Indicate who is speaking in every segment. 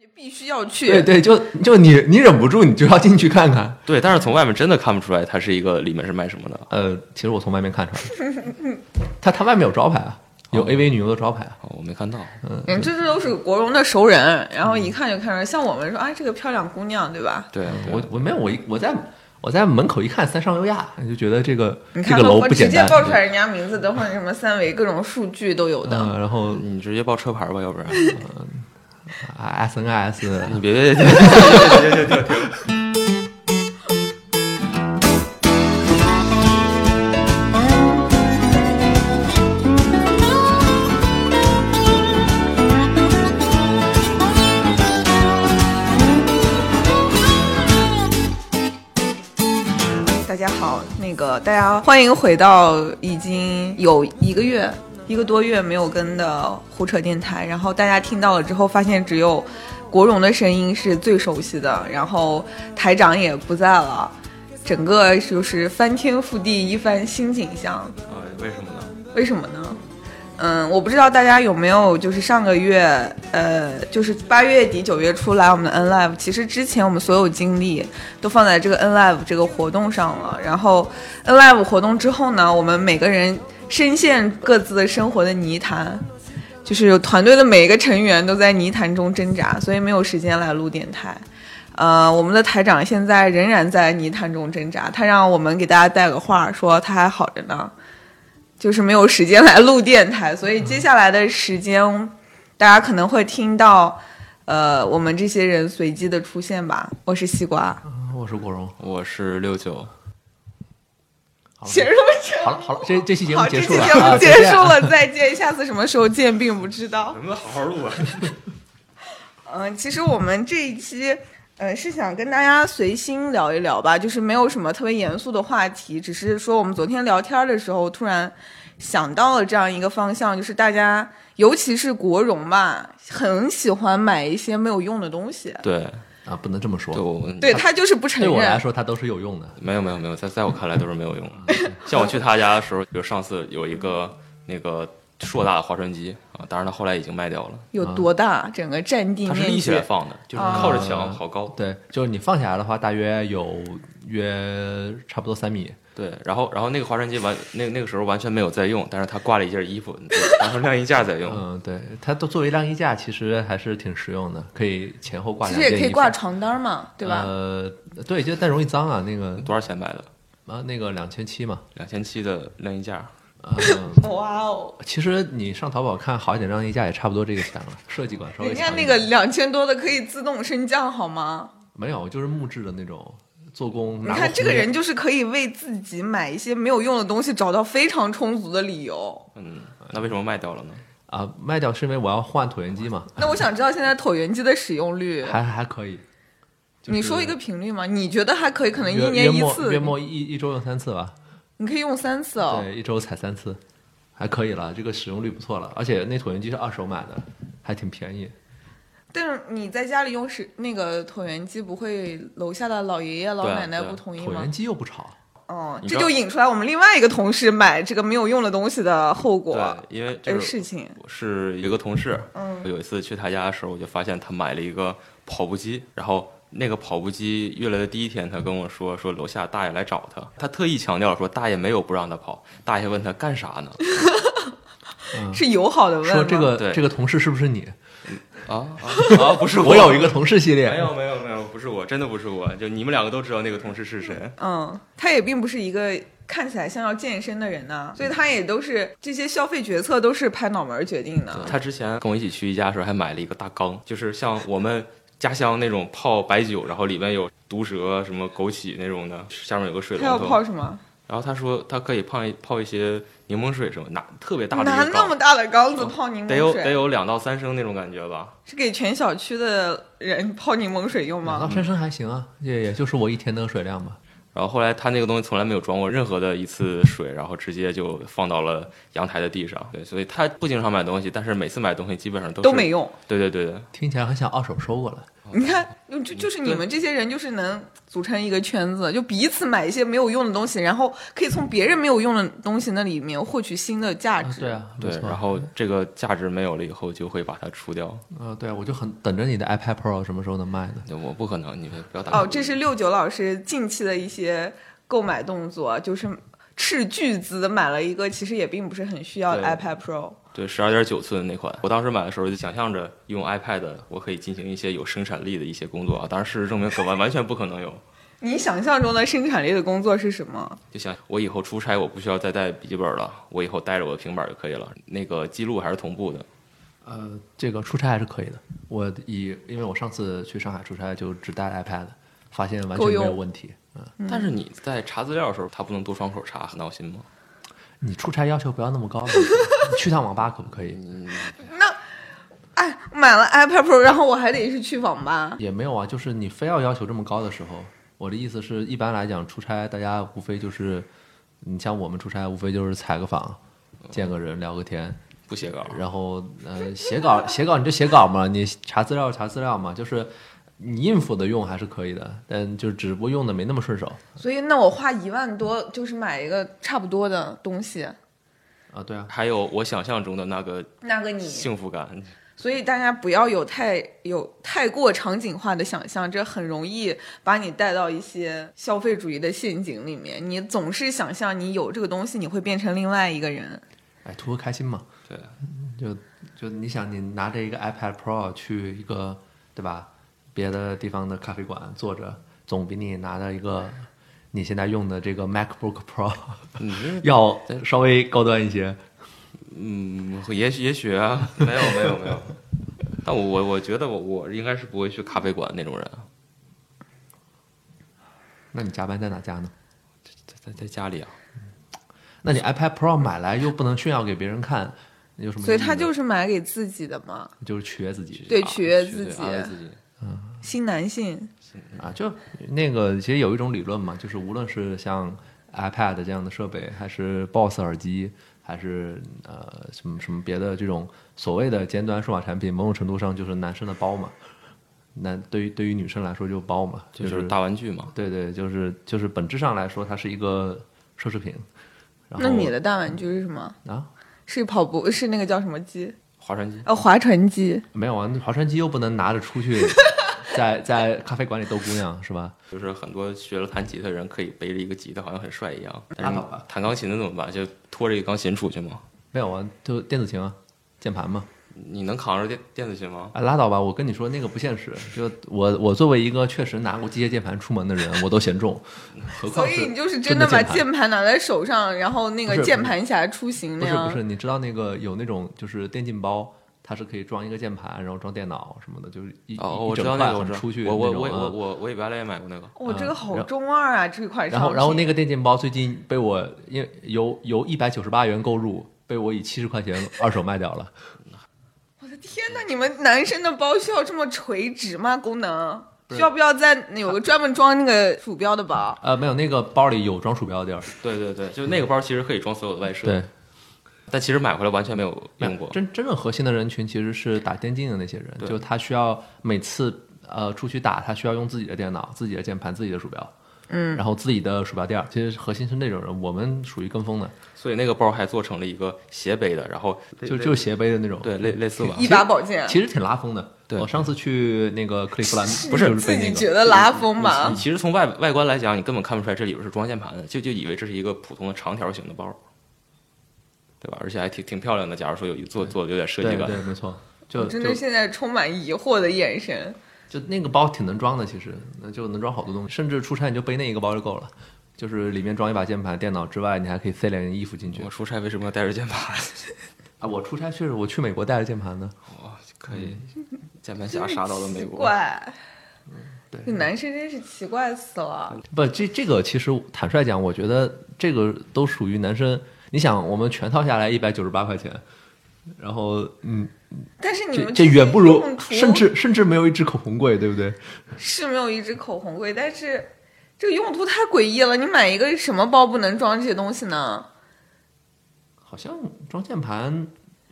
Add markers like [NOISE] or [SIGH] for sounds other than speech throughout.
Speaker 1: 你必须要去。
Speaker 2: 对对，就就你你忍不住你就要进去看看。
Speaker 3: 对，但是从外面真的看不出来它是一个里面是卖什么的。
Speaker 2: 呃，其实我从外面看出来了，它它外面有招牌啊，有 AV 女优的招牌啊。
Speaker 3: 哦，我没看到。
Speaker 1: 嗯，这这都是国荣的熟人，然后一看就看出来。像我们说，啊，这个漂亮姑娘，对吧？
Speaker 3: 对，对啊
Speaker 2: 我我没有我一我在我在门口一看三上优亚，就觉得这个
Speaker 1: 你
Speaker 2: 这
Speaker 1: 看
Speaker 2: 个
Speaker 1: 吧，
Speaker 2: 楼
Speaker 1: 我
Speaker 2: 不
Speaker 1: 直
Speaker 2: 简
Speaker 1: 接
Speaker 2: 单。
Speaker 1: 报出来人家名字，等会儿什么三维各种数据都有的。
Speaker 2: 嗯，然后
Speaker 3: 你直接报车牌吧，要不然
Speaker 2: S N S
Speaker 3: 你别别别
Speaker 1: 大家好，那个大家欢迎回到已经有一个月、一个多月没有更的胡扯电台。然后大家听到了之后，发现只有国荣的声音是最熟悉的，然后台长也不在了，整个就是翻天覆地一番新景象。
Speaker 3: 啊？为什么呢？
Speaker 1: 为什么呢？嗯，我不知道大家有没有，就是上个月，呃，就是八月底九月初来我们的 N Live，其实之前我们所有精力都放在这个 N Live 这个活动上了。然后 N Live 活动之后呢，我们每个人深陷各自的生活的泥潭，就是团队的每一个成员都在泥潭中挣扎，所以没有时间来录电台。呃，我们的台长现在仍然在泥潭中挣扎，他让我们给大家带个话，说他还好着呢。就是没有时间来录电台，所以接下来的时间，大家可能会听到，呃，我们这些人随机的出现吧。我是西瓜，
Speaker 2: [LAUGHS] 我是国荣。
Speaker 3: 我是六九，
Speaker 2: 好了
Speaker 1: 写什么啊这？
Speaker 2: 好了好了，这这期节目
Speaker 1: 好，这期
Speaker 2: 结束了，
Speaker 1: 节目
Speaker 2: 啊
Speaker 1: 结
Speaker 2: 再
Speaker 1: 束
Speaker 2: 见
Speaker 1: 了，
Speaker 2: [LAUGHS]
Speaker 1: 再见，下次什么时候见并不知道。
Speaker 3: 能不能好好录啊？
Speaker 1: [LAUGHS] 嗯，其实我们这一期，呃，是想跟大家随心聊一聊吧，就是没有什么特别严肃的话题，只是说我们昨天聊天的时候突然想到了这样一个方向，就是大家，尤其是国荣吧，很喜欢买一些没有用的东西。
Speaker 3: 对
Speaker 2: 啊，不能这么
Speaker 3: 对，
Speaker 2: 说。
Speaker 3: 我
Speaker 1: 对他就是不承
Speaker 2: 对我来
Speaker 1: 认，
Speaker 2: 说，它都是有用的。
Speaker 3: 没有没有没有，在在我看来都是没有用的。像我去他家的时候，比如上次有一个那个硕大的划船机啊，当然他后来已经卖掉了，
Speaker 1: 有
Speaker 2: 啊
Speaker 1: 多大，整个占地
Speaker 3: 它是
Speaker 1: 面
Speaker 3: 立起来
Speaker 1: 积。
Speaker 3: 放的，就是
Speaker 1: 啊
Speaker 3: 靠着墙，好高。
Speaker 2: 对，就是你放下来的话，大约有约差不多三米。
Speaker 3: 对，然后然后那个划船机完那那个时候完全没有在用，但是他挂了一件衣服，当成晾衣架在用。
Speaker 2: 嗯，对，它都作为晾衣架，其实还是挺实用的，可以前后挂
Speaker 1: 其
Speaker 2: 两
Speaker 1: 实
Speaker 2: 件衣服。
Speaker 1: 也可以挂床单嘛，对吧？
Speaker 2: 呃，对，就但容易脏啊。那个
Speaker 3: 多少钱买的？
Speaker 2: 啊，那个两千七嘛。
Speaker 3: 两千七的晾衣架，
Speaker 2: 啊、
Speaker 1: 哇哦，
Speaker 2: 其实你上淘宝看好一点晾衣架也差不多这个钱了，设计感稍微
Speaker 1: 人
Speaker 2: 强
Speaker 1: 家
Speaker 2: 一
Speaker 1: 那
Speaker 2: 点
Speaker 1: 个两千多的可以自动升降，好吗？
Speaker 2: 没有，就是木质的那种做工。
Speaker 1: 你
Speaker 2: 拿
Speaker 1: 看
Speaker 2: 红
Speaker 1: 这个
Speaker 2: 叶
Speaker 1: 人就是可以为自己买一些没有用的东西找到非常充足的理由。
Speaker 3: 嗯，那为什么卖掉了呢？
Speaker 2: 啊，卖掉是因为我要换椭圆机嘛，
Speaker 1: 那我想知道现在椭圆机的使用率，
Speaker 2: 还还可以。就是
Speaker 1: 你说一个频率吗？你觉得还可以，可能一
Speaker 2: 约
Speaker 1: 年一
Speaker 2: 约莫
Speaker 1: 次
Speaker 2: 约，莫一一周用三次吧，
Speaker 1: 你可以用三次哦。
Speaker 2: 对，一周踩三次，还可以了，这个使用率不错了，而且那椭圆机是二手买的，还挺便宜。
Speaker 1: 但是你在家里用是那个椭圆机，不会楼下的老爷爷老
Speaker 3: 对啊
Speaker 1: 奶奶
Speaker 3: 对啊
Speaker 1: 不同意
Speaker 2: 椭
Speaker 1: 吗
Speaker 2: 圆？机又不吵，
Speaker 1: 哦，
Speaker 3: 你知
Speaker 1: 这
Speaker 3: 道
Speaker 1: 就引出来我们另外一个同事买这个没有用的东西的后果
Speaker 3: 对，因
Speaker 2: 哎
Speaker 3: 为
Speaker 1: 这
Speaker 3: 就
Speaker 1: 个
Speaker 3: 是
Speaker 1: 事情。
Speaker 3: 我是一个同事，
Speaker 1: 嗯
Speaker 3: 有一次去他家的时候，我就发现他买了一个跑步机，然后那个跑步机运来的第一天，他跟我说说楼下大爷来找他，他特意强调说大爷没有不让他跑，大爷问他干啥呢？
Speaker 1: 是友好的问
Speaker 2: 嗯说
Speaker 1: 吗
Speaker 2: 这个
Speaker 3: 对
Speaker 2: 这个同事是不是你？
Speaker 3: 啊啊啊！不是
Speaker 2: 我有一个同事系列，
Speaker 3: 没有没有没有，不是我，真的不是我，就你们两个都知道那个同事是谁。
Speaker 1: 嗯，他也并不是一个看起来像要健身的人呐、所以他也都是这些消费决策都是拍脑门儿决定
Speaker 2: 嗯
Speaker 1: 的。
Speaker 3: 他之前跟我一起去宜家的时候，还买了一个大缸，就是像我们家乡那种泡白酒，然后里面有毒蛇、什么枸杞那种的，下面有个水
Speaker 1: 他要
Speaker 3: 龙头
Speaker 1: 泡。什么？
Speaker 3: 然后他说他可以泡一泡一些柠檬水什么，拿特别大的
Speaker 1: 拿
Speaker 3: 一个
Speaker 1: 那么
Speaker 3: 缸，
Speaker 1: 大的缸子泡柠
Speaker 3: 得有
Speaker 1: 檬
Speaker 3: 得
Speaker 1: 水，
Speaker 3: 有两到三升那种感觉吧。
Speaker 1: 是给全小区的人泡柠檬水用
Speaker 2: 马
Speaker 3: 嗯
Speaker 1: 吗？
Speaker 2: 到山生还行啊，也也就是我一天的水量吧。
Speaker 3: 然后后来他那个东西从来没有装过任何的一次水，然后直接就放到了阳台的地上。对，所以他不经常买东西，但是每次买东西基本上都是
Speaker 1: 都没。用。
Speaker 3: 对对对对，嗯
Speaker 2: 听起来很像二手收过来，
Speaker 1: 你看就就就是你们这些人，就是能组成一个圈子，就彼此买一些没有用的东西，然后可以从别人没有用的东西那里面获取新的价值。
Speaker 2: 对啊，
Speaker 3: 对
Speaker 2: 没，错
Speaker 3: 然后这个价值没有了以后，就会把它除掉。
Speaker 2: 呃，对啊，我就很等着你的 iPad Pro 什么时候能卖呢？
Speaker 3: 我不可能，你们不要打我。
Speaker 1: 哦，这是六九老师近期的一些购买动作，就是斥巨资买了一个其实也并不是很需要的
Speaker 3: 对
Speaker 1: iPad Pro。
Speaker 3: 对，十二点九寸的那款，我当时买的时候就想象着用 iPad，我可以进行一些有生产力的一些工作啊。当然，事实证明可完完全不可能有。
Speaker 1: 你想象中的生产力的工作是什么？
Speaker 3: 就想我以后出差，我不需要再带笔记本了，我以后带着我的平板就可以了。那个记录还是同步的。
Speaker 2: 呃，这个出差还是可以的。我以因为我上次去上海出差就只带 iPad，发现完全
Speaker 1: 够
Speaker 2: 没
Speaker 1: 用
Speaker 2: 有问题。嗯，
Speaker 3: 但是你在查资料的时候，它不能多窗口查，很闹心吗？
Speaker 2: 你出差要求不要那么高， [LAUGHS] 你去趟网吧可不可以？
Speaker 1: 哎，买了 iPad Pro，然后我还得是去网吧。
Speaker 2: 也没有啊，就是你非要要求这么高的时候，我的意思是，一般来讲出差，大家无非就是，你像我们出差，无非就是采个访，见个人聊个天，
Speaker 3: 不写稿，
Speaker 2: 然后呃写稿写稿你就写稿嘛，你查资料查资料嘛，就是你应付的用还是可以的，但就只不过用的没那么顺手
Speaker 1: 所以，那我花一万多就是买一个差不多的东西。
Speaker 2: 啊，对啊，
Speaker 3: 还有我想象中的那个
Speaker 1: 那个你，
Speaker 3: 幸福感。
Speaker 1: 所以大家不要有太有太过场景化的想象，这很容易把你带到一些消费主义的陷阱里面。你总是想象你有这个东西，你会变成另外一个人。
Speaker 2: 哎，图个开心嘛，
Speaker 3: 对，
Speaker 2: 就就你想你拿着一个 iPad Pro 去一个对吧别的地方的咖啡馆坐着，总比你拿着一个你现在用的这个 MacBook Pro
Speaker 3: 你这
Speaker 2: 要稍微高端一些。
Speaker 3: 嗯，也许也许啊， [LAUGHS] 没有没有没有。但我我我觉得我我应该是不会去咖啡馆那种人啊，
Speaker 2: 那你加班在哪加呢？
Speaker 3: 在在在家里啊。
Speaker 2: 那你 iPad Pro 买来又不能炫耀给别人看，你有什么意义呢？
Speaker 1: 所以他就是买给自己的嘛，
Speaker 2: 就是取悦自己。
Speaker 1: 对
Speaker 3: 啊
Speaker 1: 取悦
Speaker 3: 去
Speaker 1: 自
Speaker 3: 对
Speaker 1: 己
Speaker 3: 安慰自己。
Speaker 1: 新男性。
Speaker 2: 啊，就那个其实有一种理论嘛，就是无论是像 iPad 这样的设备，还是 BOSS 耳机，还是呃什么什么别的这种所谓的尖端数码产品，某种程度上就是男生的包嘛。男对于对于女生来说就是包嘛，
Speaker 3: 这
Speaker 2: 是
Speaker 3: 就是大玩具嘛。
Speaker 2: 对对，就是就是本质上来说，它是一个奢侈品。然后
Speaker 1: 那你的大玩具是什么？
Speaker 2: 啊，
Speaker 1: 是跑步，是那个叫什么机？
Speaker 3: 划船机，
Speaker 1: 呃，划船机。
Speaker 2: 没有啊，那划船机又不能拿着出
Speaker 1: [LAUGHS]
Speaker 2: 去在在咖啡馆里逗姑娘是吧？
Speaker 3: 就是很多学了弹吉他的人可以背着一个吉他，好像很帅一样。但
Speaker 2: 拉
Speaker 3: 是
Speaker 2: 倒吧
Speaker 3: 弹钢琴的怎么办？就拖着一个钢琴出去吗？
Speaker 2: 没有啊，就电子琴啊，键盘嘛。
Speaker 3: 你能扛着电电子琴吗？
Speaker 2: 啊，拉倒吧！我跟你说，那个不现实。就我，我作为一个确实拿过机械键盘出门的人，我都嫌重，何况
Speaker 1: 所
Speaker 2: 是
Speaker 1: 以你就是
Speaker 2: 真
Speaker 1: 真的把
Speaker 2: 键
Speaker 1: 键盘拿在手上，然后那个
Speaker 2: 不是
Speaker 1: 键盘侠出行
Speaker 2: 盘
Speaker 1: 那
Speaker 2: 不是
Speaker 1: 样。
Speaker 2: 不是，你知道那个有那种就是电竞包，它是可以装一个键盘，然后装电脑什么的，就是一
Speaker 3: 哦，
Speaker 2: 一
Speaker 3: 我
Speaker 2: 整
Speaker 3: 知道那
Speaker 2: 块
Speaker 3: 个，我
Speaker 2: 很
Speaker 3: 知道。
Speaker 2: 出去
Speaker 3: 我我
Speaker 2: 那种
Speaker 3: 我我
Speaker 2: 啊
Speaker 3: 我我原来也买过那个。
Speaker 1: 我、这个好
Speaker 2: 嗯然后
Speaker 1: 中二啊！这款
Speaker 2: 然
Speaker 1: 商
Speaker 2: 后
Speaker 1: 品。
Speaker 2: 然后那个电竞包最近被我因为由由一百九十八元购入，被我以七十块钱二手卖掉了。
Speaker 1: 我的天呐，你们男生的包需要这么垂直吗？功能
Speaker 2: 是
Speaker 1: 需要不要再有个专门装那个鼠标的包？
Speaker 2: 呃，没有，那个包里有装鼠标的地儿，
Speaker 3: 对对对，就那个包其实可以装所有的外设，
Speaker 2: 对，
Speaker 3: 但其实买回来完全没有用过。
Speaker 2: 哎真真正核心的人群其实是打电竞的那些人，
Speaker 3: 对
Speaker 2: 就他需要每次呃出去打，他需要用自己的电脑、自己的键盘、自己的鼠标，嗯，然后自己的鼠标垫儿。其实核心是那种人，我们属于跟风的，
Speaker 3: 所以那个包还做成了一个斜背的，然后
Speaker 2: 就就斜背的那种。
Speaker 3: 对类类似吧。
Speaker 1: 一把宝剑，
Speaker 2: 其实挺拉风的。
Speaker 3: 对
Speaker 2: 我上次去那个克利夫兰，不
Speaker 1: 你
Speaker 2: 是
Speaker 1: 自己觉得
Speaker 2: 得
Speaker 1: 拉风
Speaker 3: 你
Speaker 1: 吧？
Speaker 3: 其实从外外观来讲，你根本看不出来这里边是装键盘的，就就以为这是一个普通的长条形的包，对吧？而且还挺挺漂亮的。假如说有一做做的有点设计
Speaker 2: 对
Speaker 3: 感
Speaker 2: 对，，没错，就
Speaker 1: 我真的
Speaker 2: 就
Speaker 1: 现在充满疑惑的眼神。
Speaker 2: 就那个包挺能装的，其实那就能装好多东西，甚至出差你就背那一个包就够了。就是里面装一把键盘、电脑之外，你还可以塞两件衣服进去
Speaker 3: 我。出差为什么要带着键盘？ [LAUGHS]
Speaker 2: 啊，我出差去，我去美国带着键盘的。
Speaker 3: 哇，可以，键盘侠杀到了美
Speaker 1: 奇
Speaker 3: 国。
Speaker 1: 怪，
Speaker 2: 嗯对
Speaker 1: 这男生真是奇怪死了。
Speaker 2: 不，这这个其实坦率讲，我觉得这个都属于男生。你想，我们全套下来一百九十八块钱，然后嗯，
Speaker 1: 但是你
Speaker 2: 这
Speaker 1: 们
Speaker 2: 这远不如
Speaker 1: 用，途
Speaker 2: 甚至甚至没有一支口红贵，对不对？
Speaker 1: 是没有一支口红贵，但是这个用途太诡异了。你买一个什么包不能装这些东西呢？
Speaker 2: 好像装键盘，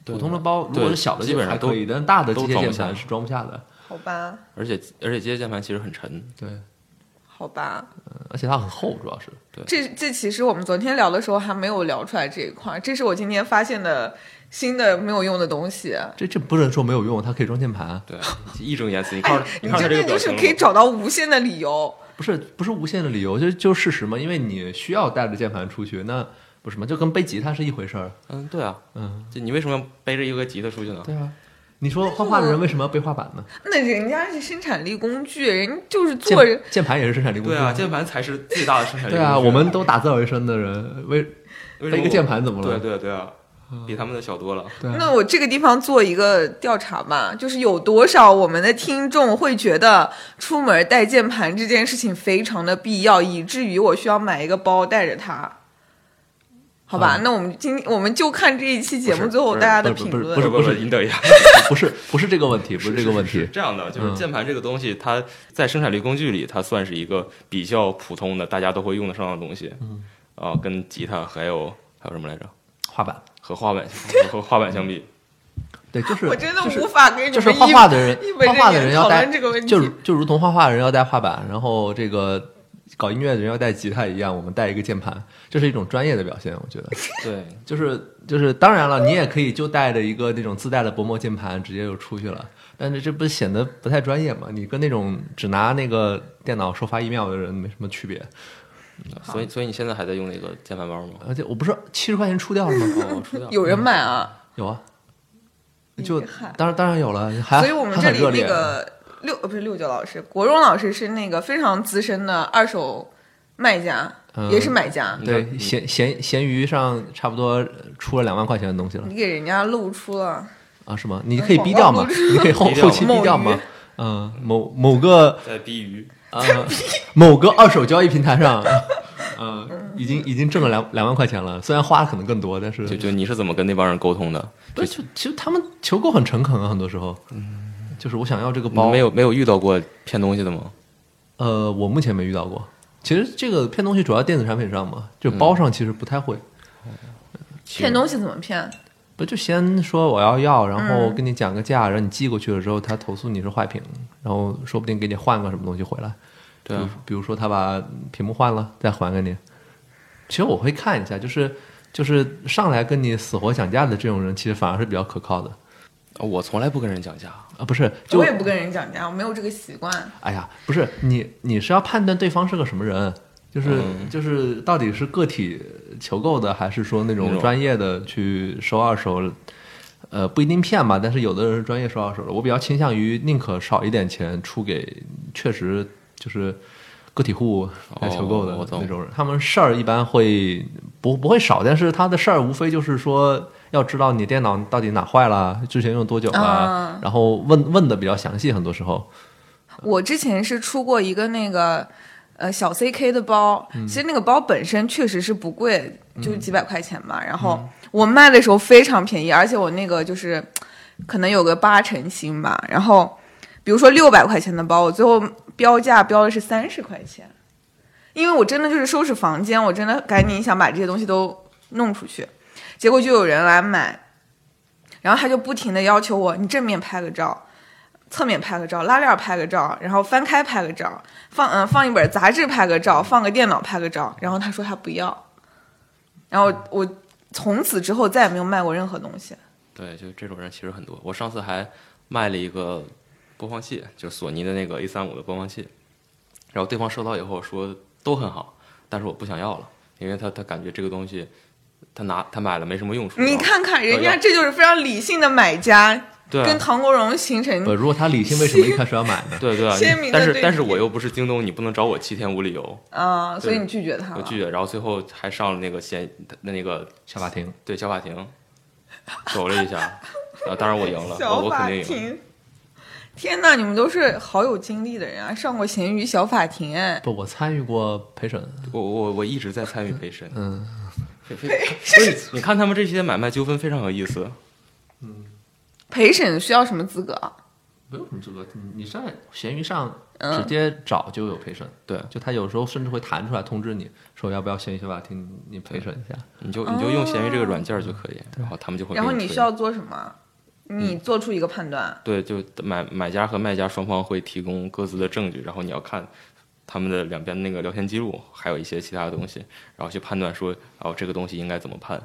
Speaker 3: 对
Speaker 2: 普通的包如果
Speaker 3: 对
Speaker 2: 是小的
Speaker 3: 基本上
Speaker 2: 还
Speaker 3: 都
Speaker 2: 可以，但大的机
Speaker 3: 都
Speaker 2: 械
Speaker 3: 装不
Speaker 2: 键盘
Speaker 3: 下
Speaker 2: 是装不下的。
Speaker 1: 好吧，
Speaker 3: 而且而且机械键盘其实很沉，
Speaker 2: 对，
Speaker 1: 好吧，
Speaker 2: 嗯而且它很厚，主要是
Speaker 1: 这这其实我们昨天聊的时候还没有聊出来这一块，这是我今天发现的新的没有用的东西。
Speaker 2: 这这不能说没有用，它可以装键盘，
Speaker 3: 对，义正言 [LAUGHS] 辞。你看
Speaker 1: 哎
Speaker 3: 我，，
Speaker 1: 你
Speaker 3: 看我
Speaker 1: 真
Speaker 3: 这
Speaker 1: 的
Speaker 3: 个表
Speaker 1: 就是
Speaker 3: 情了
Speaker 1: 可以
Speaker 3: 吗，
Speaker 1: 找到无限的理由。
Speaker 2: 不是不是无限的理由，就就事实嘛，因为你需要带着键盘出去，那不是嘛，就跟背吉他是一回事儿，
Speaker 3: 嗯，对啊，
Speaker 2: 嗯，
Speaker 3: 就你为什么要背着一个吉他出去呢？
Speaker 2: 对啊。你说画画的人为什么要背画板呢？
Speaker 1: 那人家是生产力工具，人就是
Speaker 2: 键
Speaker 1: 做人，
Speaker 2: 键盘也是生产力工具
Speaker 3: [LAUGHS] 对啊，键盘才是最大的生产力。
Speaker 2: 对啊，我们都打字为生的人，为背
Speaker 3: 为什么
Speaker 2: 一个键盘怎么
Speaker 3: 我？
Speaker 2: 了？
Speaker 3: 对对对啊，比他们的小多了。
Speaker 2: 对啊
Speaker 1: 那我这个地方做一个调查吧，就是有多少我们的听众会觉得出门带键盘这件事情非常的必要，以至于我需要买一个包带着它。好吧，
Speaker 2: 嗯
Speaker 1: 那我们今我们就看这一期节目
Speaker 3: 不是
Speaker 1: 最后
Speaker 3: 不是
Speaker 1: 大家的
Speaker 2: 不是
Speaker 1: 评
Speaker 2: 不是
Speaker 1: 论。
Speaker 2: 不是
Speaker 3: 不是，你等一下，
Speaker 2: 不是不是这个问题，不
Speaker 3: 是
Speaker 2: 这个问
Speaker 3: 是是
Speaker 2: 题。
Speaker 3: 这样的，就是
Speaker 2: 嗯
Speaker 3: 键盘这个东西，它在生产力工具里，它算是一个比较普通的，大家都会用得上的东西。嗯，啊，跟吉他还有还有什么来着？
Speaker 2: 画板，
Speaker 3: 和画板和画
Speaker 2: [LAUGHS]
Speaker 3: 板相比，
Speaker 2: 对，就是
Speaker 1: 我真的
Speaker 2: 就是
Speaker 1: 无法跟你们
Speaker 2: 就是
Speaker 1: 一
Speaker 2: 画画的人
Speaker 1: [LAUGHS] 一本，
Speaker 2: 画
Speaker 1: 正
Speaker 2: 画的
Speaker 1: 经
Speaker 2: 人
Speaker 1: 讨
Speaker 2: 要带
Speaker 1: 论这个问题
Speaker 2: 就就如同画画的人要带画板，然后这个搞音乐的人要带吉他一样，我们带一个键盘，这是一种专业的表现，我觉得。
Speaker 3: 对，
Speaker 2: 就是就是，当然了，你也可以就带着一个那种自带的薄膜键盘直接就出去了，但是这不显得不太专业嘛？你跟那种只拿那个电脑收发 email 的人没什么区别。
Speaker 3: 所以所以你现在还在用那个键盘包吗？
Speaker 2: 而且我不是七十块钱出掉
Speaker 1: [LAUGHS]
Speaker 2: 了吗？
Speaker 3: 哦，我出掉了。
Speaker 1: 有人买啊。
Speaker 2: 有啊，就
Speaker 1: 厉害
Speaker 2: 当然当然有了，还
Speaker 1: 所以我们
Speaker 2: 还
Speaker 1: 这
Speaker 2: 啊很热
Speaker 1: 里
Speaker 2: 烈啊
Speaker 1: 那个六呃不是六九老师，国荣老师是那个非常资深的二手卖家，
Speaker 2: 嗯
Speaker 1: 也是买家。
Speaker 3: 你
Speaker 2: 对
Speaker 3: 看
Speaker 2: 闲闲闲鱼上差不多出了两万块钱的东西了
Speaker 1: 你给人家露出了，
Speaker 2: 啊？是吗？你可以逼掉嘛？你可以后
Speaker 3: 逼掉
Speaker 2: 后期
Speaker 1: 嘛
Speaker 2: 逼掉
Speaker 1: 某
Speaker 2: 嘛
Speaker 1: 鱼？
Speaker 2: 嗯，某某个
Speaker 3: 在逼鱼，
Speaker 2: 呃某个二手交易平台上， [LAUGHS] 呃，已经已经挣了两两万块钱了，虽然花的可能更多，但是
Speaker 3: 就就你是怎么跟那帮人沟通的？
Speaker 2: 不是就其实他们求购很诚恳啊，很多时候，就是我想要这个
Speaker 3: 你
Speaker 2: 包
Speaker 3: 嗯没，有没有遇到过骗东西的吗？
Speaker 2: 呃，我目前没遇到过。其实这个骗东西主要电子产品上嘛，就
Speaker 3: 嗯
Speaker 2: 包上其实不太会。
Speaker 1: 骗东西怎么骗？
Speaker 2: 不就先说我要要，然
Speaker 3: 嗯
Speaker 2: 后跟你讲个价，然后你寄过去了之后，他投诉你是坏品，然后说不定给你换个什么东西回来。
Speaker 3: 对
Speaker 2: 比如
Speaker 3: 啊，
Speaker 2: 比如说他把屏幕换了，再还给你。其实我会看一下，就是就是上来跟你死活讲价的这种人，其实反而是比较可靠的
Speaker 3: 哦我从来不跟人讲价。
Speaker 2: 啊，不是？就
Speaker 1: 我也不跟人讲价，我没有这个习惯。
Speaker 2: 哎呀，不是你你是要判断对方是个什么人，就是、
Speaker 3: 嗯
Speaker 2: 就是到底是个体求购的，还是说那
Speaker 3: 那
Speaker 2: 种
Speaker 3: 种
Speaker 2: 专业的去收二手？呃，不一定骗吧，但是有的人是专业收二手的。我比较倾向于宁可少一点钱出给确实就是个体户来求购的
Speaker 3: 哦我懂
Speaker 2: 那种人，他们事儿一般会不不会少，但是他的事儿无非就是说要知道你电脑到底哪坏了，之前用多久了，
Speaker 1: 啊
Speaker 2: 然后问问的比较详细，很多时候。
Speaker 1: 我之前是出过一个那个呃小 CK 的包，其实那个包本身确实是不贵，就几百块钱吧。然后我卖的时候非常便宜，而且我那个就是可能有个八成新吧。然后比如说六百块钱的包，我最后标价标的是三十块钱，因为我真的就是收拾房间，我真的赶紧想把这些东西都弄出去，结果就有人来买。然后他就不停的要求我，你正面拍个照，侧面拍个照，拉链拍个照，然后翻开拍个照，放嗯、放一本杂志拍个照，放个电脑拍个照。然后他说他不要，然后我从此之后再也没有卖过任何东西。
Speaker 3: 对，就这种人其实很多。我上次还卖了一个播放器，就是索尼的那个 A 三五的播放器，然后对方收到以后说都很好，但是我不想要了，因为他他感觉这个东西他拿他买了没什么用处。
Speaker 1: 你
Speaker 3: 然后
Speaker 1: 看看人
Speaker 3: 要
Speaker 1: 家，这就是非常理性的买家，
Speaker 3: 对啊
Speaker 1: 跟唐国荣形
Speaker 2: 不，
Speaker 1: 成
Speaker 2: 呃如果他理性，为什么一开始要买呢？ [LAUGHS]
Speaker 3: 对对啊，
Speaker 1: 鲜明
Speaker 3: 你
Speaker 1: 的
Speaker 3: 但是
Speaker 1: 对
Speaker 3: 但是
Speaker 1: 比
Speaker 3: 我又不是京东，你不能找我七天无理由，
Speaker 1: 啊、所以
Speaker 3: 对
Speaker 1: 你拒绝他
Speaker 3: 我
Speaker 1: 了。
Speaker 3: 拒绝。然后最后还上了那个嫌那那个
Speaker 2: 小法庭，
Speaker 3: 对小法庭，走了一下，啊，当然我赢
Speaker 1: [LAUGHS]
Speaker 3: 了，
Speaker 1: 小
Speaker 3: 我我
Speaker 1: 法
Speaker 3: 肯定赢了。
Speaker 1: 庭，天呐，你们都是好有经历的人啊！上过咸鱼小法庭，哎，
Speaker 2: 不，我参与过陪审，
Speaker 3: 我我我一直在参与陪审，
Speaker 2: 嗯，
Speaker 3: 非非 [LAUGHS] 所以你看他们这些买卖纠纷非常有意思。
Speaker 1: 陪审需要什么资格啊？
Speaker 2: 嗯没有什么资格，你在闲鱼上
Speaker 1: 嗯
Speaker 2: 直接找就有陪审，
Speaker 3: 对，
Speaker 2: 就他有时候甚至会弹出来通知你说要不要闲鱼小法庭，你陪审一下。
Speaker 3: 你就你就用闲鱼这个软件就可以，然后他们就会给
Speaker 1: 然后你
Speaker 3: 推嗯
Speaker 1: 需要做什么啊？你做出一个判断。
Speaker 3: 对，就买买家和卖家双方会提供各自的证据，然后你要看他们的两边那个聊天记录，还有一些其他的东西，然后去判断说，哦，这个东西应该怎么判，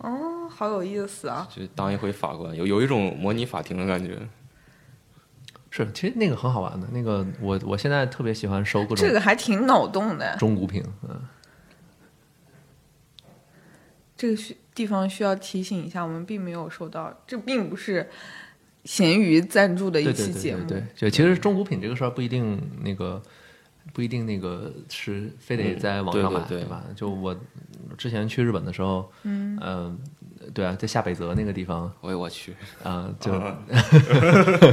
Speaker 1: 哦，好有意思啊！
Speaker 3: 就当一回法官，有有一种模拟法庭的感觉。
Speaker 2: 是，其实那个很好玩的。那个我我现在特别喜欢收各种
Speaker 1: 这个还挺脑洞的，
Speaker 2: 中古品，嗯，
Speaker 1: 这个需地方需要提醒一下，我们并没有收到，这并不是闲鱼赞助的一
Speaker 2: 对对
Speaker 1: 期
Speaker 2: 对
Speaker 1: 节目。
Speaker 2: 对对，就其实中古品这个事儿不一定那个，不一定那个是非得在网上
Speaker 3: 嗯对
Speaker 2: 买，
Speaker 3: 对对
Speaker 2: 吧？就我之前去日本的时候，嗯、对啊，在下北泽那个地方
Speaker 3: 我我去，
Speaker 2: 啊、就、 [LAUGHS]
Speaker 1: 这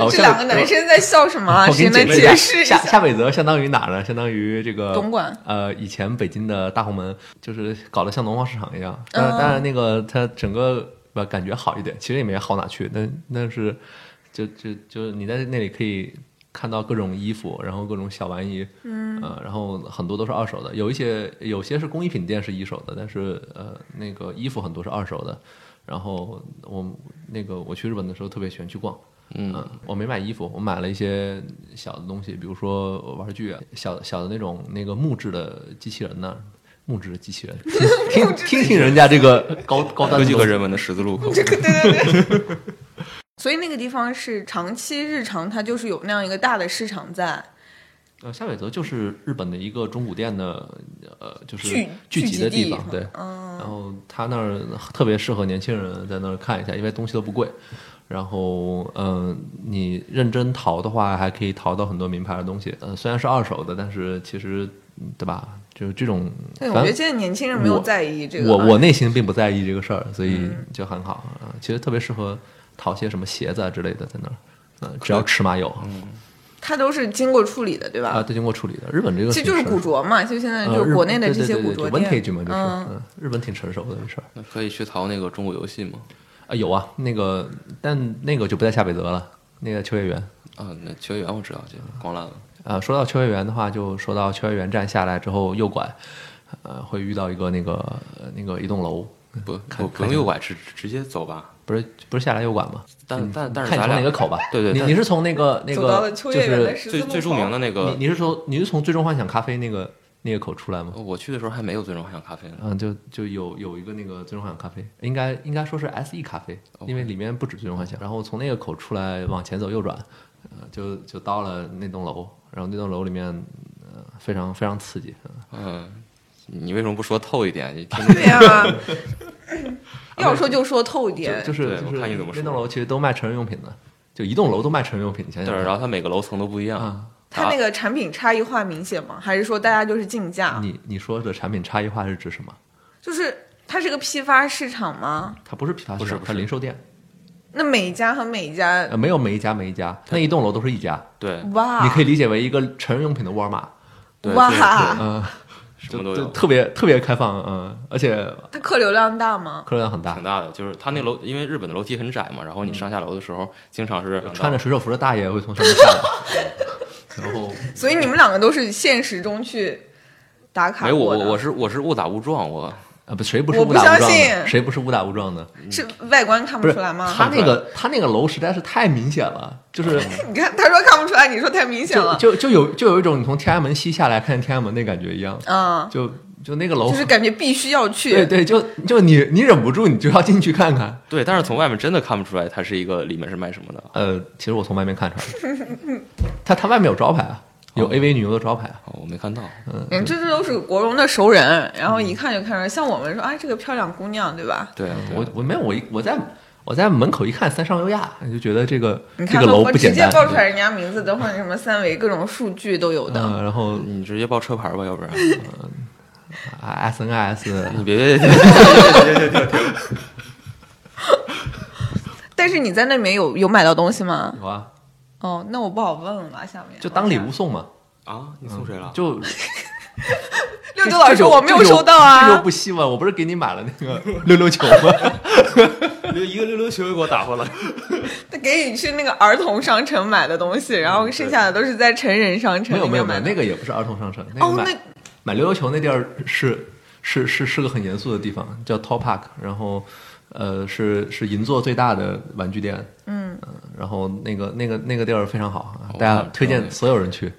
Speaker 2: 哦
Speaker 1: 这
Speaker 2: 下
Speaker 1: 两个
Speaker 2: 北
Speaker 1: 男生在笑什么啊？
Speaker 2: 我
Speaker 1: 谁
Speaker 2: 给你
Speaker 1: 能
Speaker 2: 解释
Speaker 1: 解释一
Speaker 2: 下
Speaker 1: 下？
Speaker 2: 下北泽相当于哪儿呢？相当于这个
Speaker 1: 东莞
Speaker 2: 呃，以前北京的大红门，就是搞得像农贸市场一样。
Speaker 1: 嗯
Speaker 2: 当然，当然那个它整个呃感觉好一点，其实也没好哪去。但但是就就就你在那里可以看到各种衣服，然后各种小玩意，嗯，呃，然后很多都是二手的，有一些有些是工艺品店是一手的，但是呃，那个衣服很多是二手的。然后我那个我去日本的时候特别喜欢去逛，
Speaker 3: 嗯，
Speaker 2: 嗯，我没买衣服，我买了一些小的东西，比如说玩具啊，小小的那种那个木质的机器人呐、木质的
Speaker 1: [LAUGHS]
Speaker 2: 机器人，听听听人家这个高高端
Speaker 3: 科
Speaker 2: 的
Speaker 3: 技
Speaker 2: 东
Speaker 3: 和
Speaker 2: 西
Speaker 3: 人文的十字路口，
Speaker 1: [LAUGHS] 所以那个地方是长期日常，它就是有那样一个大的市场在。
Speaker 2: 呃，下北泽就是日本的一个中古店的呃，就是
Speaker 1: 聚聚集
Speaker 2: 集的
Speaker 1: 地
Speaker 2: 地方，对。
Speaker 1: 嗯，
Speaker 2: 然后他那儿特别适合年轻人在那儿看一下，因为东西都不贵。然后，嗯、你认真淘的话，还可以淘到很多名牌的东西。呃，虽然是二手的，但是其实，嗯对吧？就是这种，
Speaker 1: 对，
Speaker 2: 反
Speaker 1: 我觉
Speaker 2: 正
Speaker 1: 得现在年轻人没有
Speaker 2: 我
Speaker 1: 在意这个。
Speaker 2: 我我内心并不在意这个事儿，所以
Speaker 1: 嗯
Speaker 2: 就很好啊。其实特别适合淘些什么鞋子啊之类的，在那儿，嗯，只要尺码有
Speaker 1: 它都是经过处理的，对吧？
Speaker 2: 啊，都经过处理的。日本这个
Speaker 1: 其实就是
Speaker 2: 挺
Speaker 1: 古
Speaker 2: 成熟，
Speaker 1: 着嘛，就现在
Speaker 2: 呃
Speaker 1: 就是
Speaker 2: 日
Speaker 1: 国内的
Speaker 2: 对
Speaker 1: 这
Speaker 2: 对
Speaker 1: 些
Speaker 2: 对
Speaker 1: 古着
Speaker 2: 对就
Speaker 1: 店，
Speaker 2: ，vintage 嘛，就是
Speaker 1: 嗯，
Speaker 2: 嗯，日本挺成熟的这事儿
Speaker 3: 那可以去淘那个中国游戏吗？
Speaker 2: 啊，有啊，那个但那个就不在下北泽了，那个秋叶原。
Speaker 3: 啊，那球员我知道，这个光烂了。
Speaker 2: 啊，说到秋叶原的话，就说到秋叶原站下来之后右拐，呃，会遇到一个那个呃那个一栋楼，
Speaker 3: 不，
Speaker 2: 看
Speaker 3: 不不用右拐，直直接走吧。
Speaker 2: 不是不是下来右拐吗？
Speaker 3: 但但但是
Speaker 2: 看你
Speaker 3: 咱
Speaker 2: 从
Speaker 3: 俩
Speaker 2: 哪个口吧？
Speaker 3: 对对
Speaker 2: 你
Speaker 3: 但
Speaker 2: 你是从那个那
Speaker 1: 走到
Speaker 2: 个
Speaker 1: 了秋
Speaker 2: 就
Speaker 1: 叶原的十字
Speaker 2: 是
Speaker 3: 最
Speaker 1: 路口。
Speaker 3: 最著名的那个
Speaker 2: 你，你是从你是从最终幻想咖啡那个那个口出来吗？
Speaker 3: 我去的时候还没有最终幻想咖啡呢。
Speaker 2: 嗯，就就有有一个那个最终幻想咖啡，应该应该说是 S E 咖啡，因为里面不止最终幻想。然后从那个口出来往前走右转，呃，就就到了那栋楼，然后那栋楼里面呃非常非常刺激。嗯
Speaker 3: 嗯，啊你为什么不说透一点？你听
Speaker 1: 对呀、
Speaker 2: [LAUGHS]
Speaker 1: 要说就说透一点，
Speaker 2: 啊就就是
Speaker 3: 对
Speaker 2: 就
Speaker 3: 我
Speaker 2: 是
Speaker 3: 看你怎么
Speaker 2: 那
Speaker 3: 说
Speaker 2: 栋楼其实都卖成人用品的，就一栋楼都卖成人用品，你想
Speaker 3: 对，
Speaker 2: 想看
Speaker 3: 然后它每个楼层都不一样。
Speaker 2: 啊，
Speaker 1: 它那个产品差异化明显吗？还是说大家就是竞
Speaker 3: 啊
Speaker 1: 价？
Speaker 2: 你你说的产品差异化是指什么？
Speaker 1: 就是它是个批发市场吗？
Speaker 2: 它不是批发市
Speaker 3: 不是
Speaker 2: 场，
Speaker 3: 不
Speaker 2: 它
Speaker 3: 是
Speaker 2: 零售店，
Speaker 1: 那每一家和每一家，
Speaker 2: 呃，没有每一家每一家，那一栋楼都是一家，
Speaker 3: 对
Speaker 1: 哇，
Speaker 2: 你可以理解为一个成人用品的沃尔玛，
Speaker 3: 对
Speaker 1: 哇
Speaker 2: [LAUGHS]
Speaker 3: 对对
Speaker 2: 嗯，
Speaker 3: 什
Speaker 2: 就
Speaker 3: 么都
Speaker 2: 就
Speaker 3: 有，
Speaker 2: 特别特别开放，嗯，而且
Speaker 1: [LAUGHS] 它客流量大吗？
Speaker 2: 客流量很大
Speaker 3: 挺，大的。就是它那楼，因为日本的楼梯很窄嘛，然后你上下楼的时候，经常是
Speaker 2: 穿着水手服的大爷会从上面下来，然后
Speaker 1: 所以你们两个都是现实中去打卡
Speaker 3: 没有
Speaker 1: 过
Speaker 3: 我
Speaker 1: 的，
Speaker 3: 我我是我是误打误撞，我
Speaker 2: 啊不谁不是
Speaker 1: 我
Speaker 2: 误
Speaker 1: 不
Speaker 2: 打误
Speaker 1: 相
Speaker 2: 撞
Speaker 1: 信
Speaker 2: 的，谁不是误打误撞的？
Speaker 1: 是外观看
Speaker 2: 不
Speaker 1: 不
Speaker 2: 是
Speaker 1: 出来吗？
Speaker 2: 他那个他那个楼实在是太明显了，就是。
Speaker 1: [LAUGHS] 你看他说看不出来，你说太明显
Speaker 2: 就
Speaker 1: 了，
Speaker 2: 就就有就有一种你从天安门西下来看天安门那感觉一样，
Speaker 1: 嗯，
Speaker 2: 就就那个楼，
Speaker 1: 就是感觉必须要去。
Speaker 2: 哦对对，就就你你忍不住你就要进去看看。
Speaker 3: 对，但是从外面真的看不出来它是一个里面是卖什么的。
Speaker 2: 呃，其实我从外面看出来
Speaker 1: [LAUGHS]
Speaker 2: 了，它它外面有招牌啊，有 AV 女优的招牌啊，
Speaker 3: 哦，我没看到，
Speaker 1: 嗯，这这都是国荣的熟人，然
Speaker 2: 嗯
Speaker 1: 后一看就看出来，像我们说，哎，这个漂亮姑娘，对吧？
Speaker 3: 对，啊对
Speaker 2: 我我没有我一我在我在门口一看三上优亚，就觉得这个
Speaker 1: 你
Speaker 2: 这
Speaker 1: 看，
Speaker 2: 个楼
Speaker 1: 我
Speaker 2: 不
Speaker 1: 直
Speaker 2: 简
Speaker 1: 接
Speaker 2: 单。
Speaker 1: 报出来人家名字，等会儿什么三维各种数据都有的。
Speaker 2: 嗯，然后
Speaker 3: 你直接报车牌吧，要不 [LAUGHS] 然
Speaker 2: S N I S [LAUGHS]
Speaker 3: 你别别别
Speaker 1: 但是你在那边有有买到东西吗？
Speaker 2: 有啊，
Speaker 1: 哦，那我不好问了吧，下面哦
Speaker 2: 就当礼物送嘛，
Speaker 3: 啊！你送谁了？
Speaker 2: 就
Speaker 1: 六九老师，我没有收到
Speaker 2: 这就
Speaker 1: 啊
Speaker 2: 不。稀嘛，我不是给你买了
Speaker 1: [LAUGHS]
Speaker 2: 那个溜溜球吗？
Speaker 3: 就一个溜溜球给我打发了。
Speaker 1: 他给你去那个儿童商城买的东
Speaker 2: 嗯
Speaker 1: 西，然后剩下的都是在成人商城
Speaker 2: [LAUGHS] 没有
Speaker 1: 里
Speaker 2: 没有
Speaker 1: 面
Speaker 2: 没
Speaker 1: 买
Speaker 2: 有，
Speaker 1: 的。
Speaker 2: 那个也不是儿童商城。那
Speaker 1: 哦
Speaker 2: 个买、
Speaker 1: 那
Speaker 2: 买溜溜球那地儿是是是是个很严肃的地方，叫 Top Park。然后呃，是是银座最大的玩具店，嗯，然后那个那个那个地儿非常好，啊
Speaker 3: 哦
Speaker 2: 大家
Speaker 3: 好
Speaker 2: 推荐
Speaker 3: 对
Speaker 2: 所有人去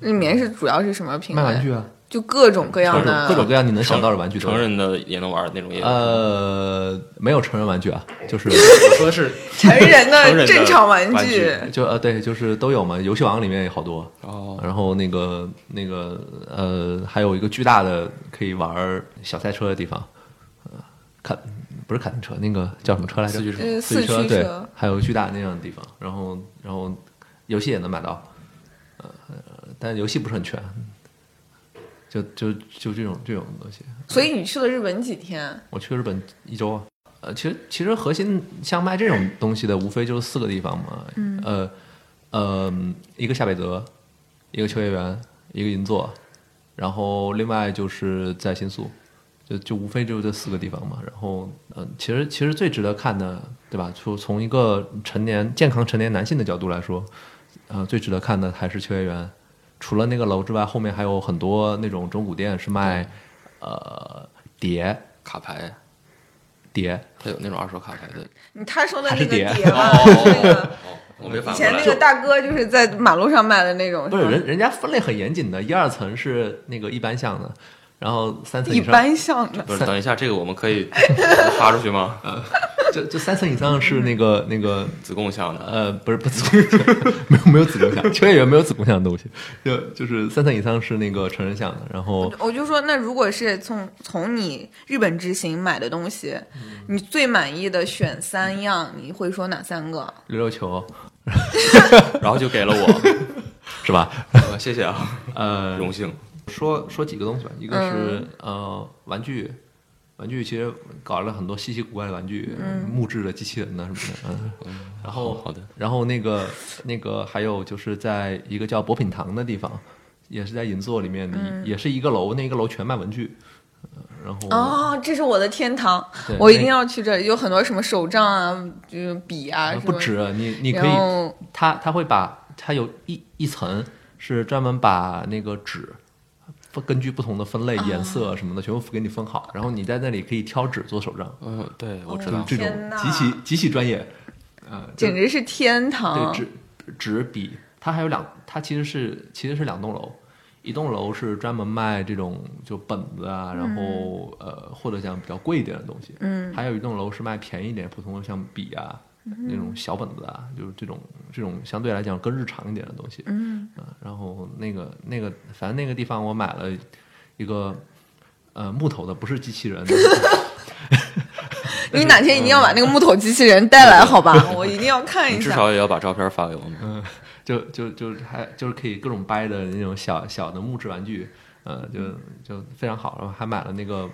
Speaker 1: 里面是主要是什么品
Speaker 2: 卖玩
Speaker 1: 类？
Speaker 2: 具啊，
Speaker 1: 就各种各样
Speaker 2: 各种各种
Speaker 1: 的。
Speaker 2: 各啊样你能想到的玩具都有
Speaker 3: 成。人的也能玩的那种也有。
Speaker 2: 呃，没有成人玩具啊，
Speaker 1: [LAUGHS]
Speaker 2: 就是
Speaker 3: 我说是
Speaker 1: 成人
Speaker 3: 成人的
Speaker 1: 的正常玩
Speaker 3: 玩
Speaker 1: 具
Speaker 3: 具，
Speaker 2: 就呃对，就是都有嘛，游戏王里面也好多，
Speaker 3: 哦，
Speaker 2: 然后那个那个呃，还有一个巨大的可以玩儿小赛车的地方，呃，卡不是卡丁车，那个叫什么车来着
Speaker 3: 四？驱车
Speaker 1: 呃，
Speaker 2: 四
Speaker 1: 四驱
Speaker 2: 驱车对
Speaker 1: 车，
Speaker 2: 还有巨大那样的地方，然后然后游戏也能买到，呃，但游戏不是很全，就就就这种这种东西。
Speaker 1: 所以你去了日本几天？
Speaker 2: 我去日本一周啊，呃，其实其实核心像卖这种东西的，无非就是四个地方嘛，嗯、呃呃，一个夏北泽，一个秋叶原，一个银座，然后另外就是在新宿，就就无非就这四个地方嘛。然后，嗯、其实其实最值得看的，对吧？就从一个成年健康成年男性的角度来说，呃，最值得看的还是秋叶原。除了那个楼之外，后面还有很多那种中古店是卖，呃，碟
Speaker 3: 卡牌，
Speaker 2: 碟，
Speaker 3: 它有那种二手卡牌的。
Speaker 1: 你他说的
Speaker 2: 还
Speaker 1: 那
Speaker 2: 是
Speaker 1: 个
Speaker 2: 碟
Speaker 1: 碟
Speaker 3: 啊
Speaker 1: 嘛，就是那个
Speaker 3: 哦，我没
Speaker 1: 以
Speaker 2: [LAUGHS]
Speaker 3: 反应
Speaker 1: 前
Speaker 3: 过来
Speaker 1: 那个大哥就是在马路上卖的那种，
Speaker 2: 不是
Speaker 1: 吧
Speaker 2: 人人家分类很严谨的，一二层是那个一般向的，然后三层
Speaker 1: 一
Speaker 2: 以上
Speaker 1: 般像的。
Speaker 3: 不是，等一下，这个我们可 [LAUGHS] 以发出去吗？
Speaker 2: 就就三层以上是那个那个
Speaker 3: 子贡像的，
Speaker 2: 呃，不是不是 [LAUGHS] 子宫像，没有没有子宫 [LAUGHS] 像，秋叶原没有子宫像的东西，就就是三层以上是那个成人像的，然后
Speaker 1: 我就说，那如果是从从你日本之行买的东西，
Speaker 2: 嗯
Speaker 1: 你最满意的选三样，你会说哪三个？
Speaker 2: 溜溜球
Speaker 3: 然后就给了我，
Speaker 2: 是吧？
Speaker 3: 呃谢谢啊，
Speaker 2: 呃，
Speaker 3: 荣幸。
Speaker 2: 说说几个东西吧，一个是、
Speaker 1: 嗯
Speaker 2: 呃玩具，玩具其实搞了很多稀奇古怪的玩具，
Speaker 1: 嗯
Speaker 2: 木质的机器人呐、什么的，嗯，然后
Speaker 3: 好的，
Speaker 2: 然后那个那个还有就是在一个叫博品堂的地方，也是在银座里面的，
Speaker 1: 嗯
Speaker 2: 也是一个楼，那一个楼全卖文具，呃然后
Speaker 1: 哦，这是我的天堂
Speaker 2: 对，
Speaker 1: 我一定
Speaker 2: 那
Speaker 1: 要去这里。有很多什么手杖啊，就是笔啊，
Speaker 2: 呃
Speaker 1: 什
Speaker 2: 不
Speaker 1: 么
Speaker 2: 止你你可
Speaker 1: 然
Speaker 2: 以
Speaker 1: 后
Speaker 2: 他他会把他有一一层是专门把那个纸分根据不同的分类、
Speaker 1: 啊
Speaker 2: 颜色什么的全部给你分好，然后你在那里可以挑纸做手账，
Speaker 3: 嗯，对，我知
Speaker 2: 就是
Speaker 3: 道。
Speaker 2: 这
Speaker 1: 天
Speaker 2: 种
Speaker 1: 哪
Speaker 2: 极其极其专业，呃，就
Speaker 1: 简直是天
Speaker 2: 对
Speaker 1: 堂。
Speaker 2: 纸纸笔，它还有两，它其实是其实是两栋楼。一栋楼是专门卖这种就本子啊，然后、呃或者讲比较贵一点的东西，
Speaker 1: 嗯，
Speaker 2: 还有一栋楼是卖便宜一点，普通的像笔啊、那种小本子啊，就是这种这种相对来讲更日常一点的东西，
Speaker 1: 嗯，
Speaker 2: 啊，然后那个那个，反正那个地方我买了一个呃木头的，不是机器人的
Speaker 1: 你哪天一定
Speaker 2: 嗯
Speaker 1: 要把那个木头机器人带来，好吧？我一定要看
Speaker 3: 你
Speaker 1: 一
Speaker 3: 嗯至
Speaker 1: 下。
Speaker 3: 少也要把照片发给我们。
Speaker 2: 就就就是还就是可以各种掰的那种小小的木质玩具，呃，就
Speaker 1: 嗯
Speaker 2: 就非常好。然后还买了那个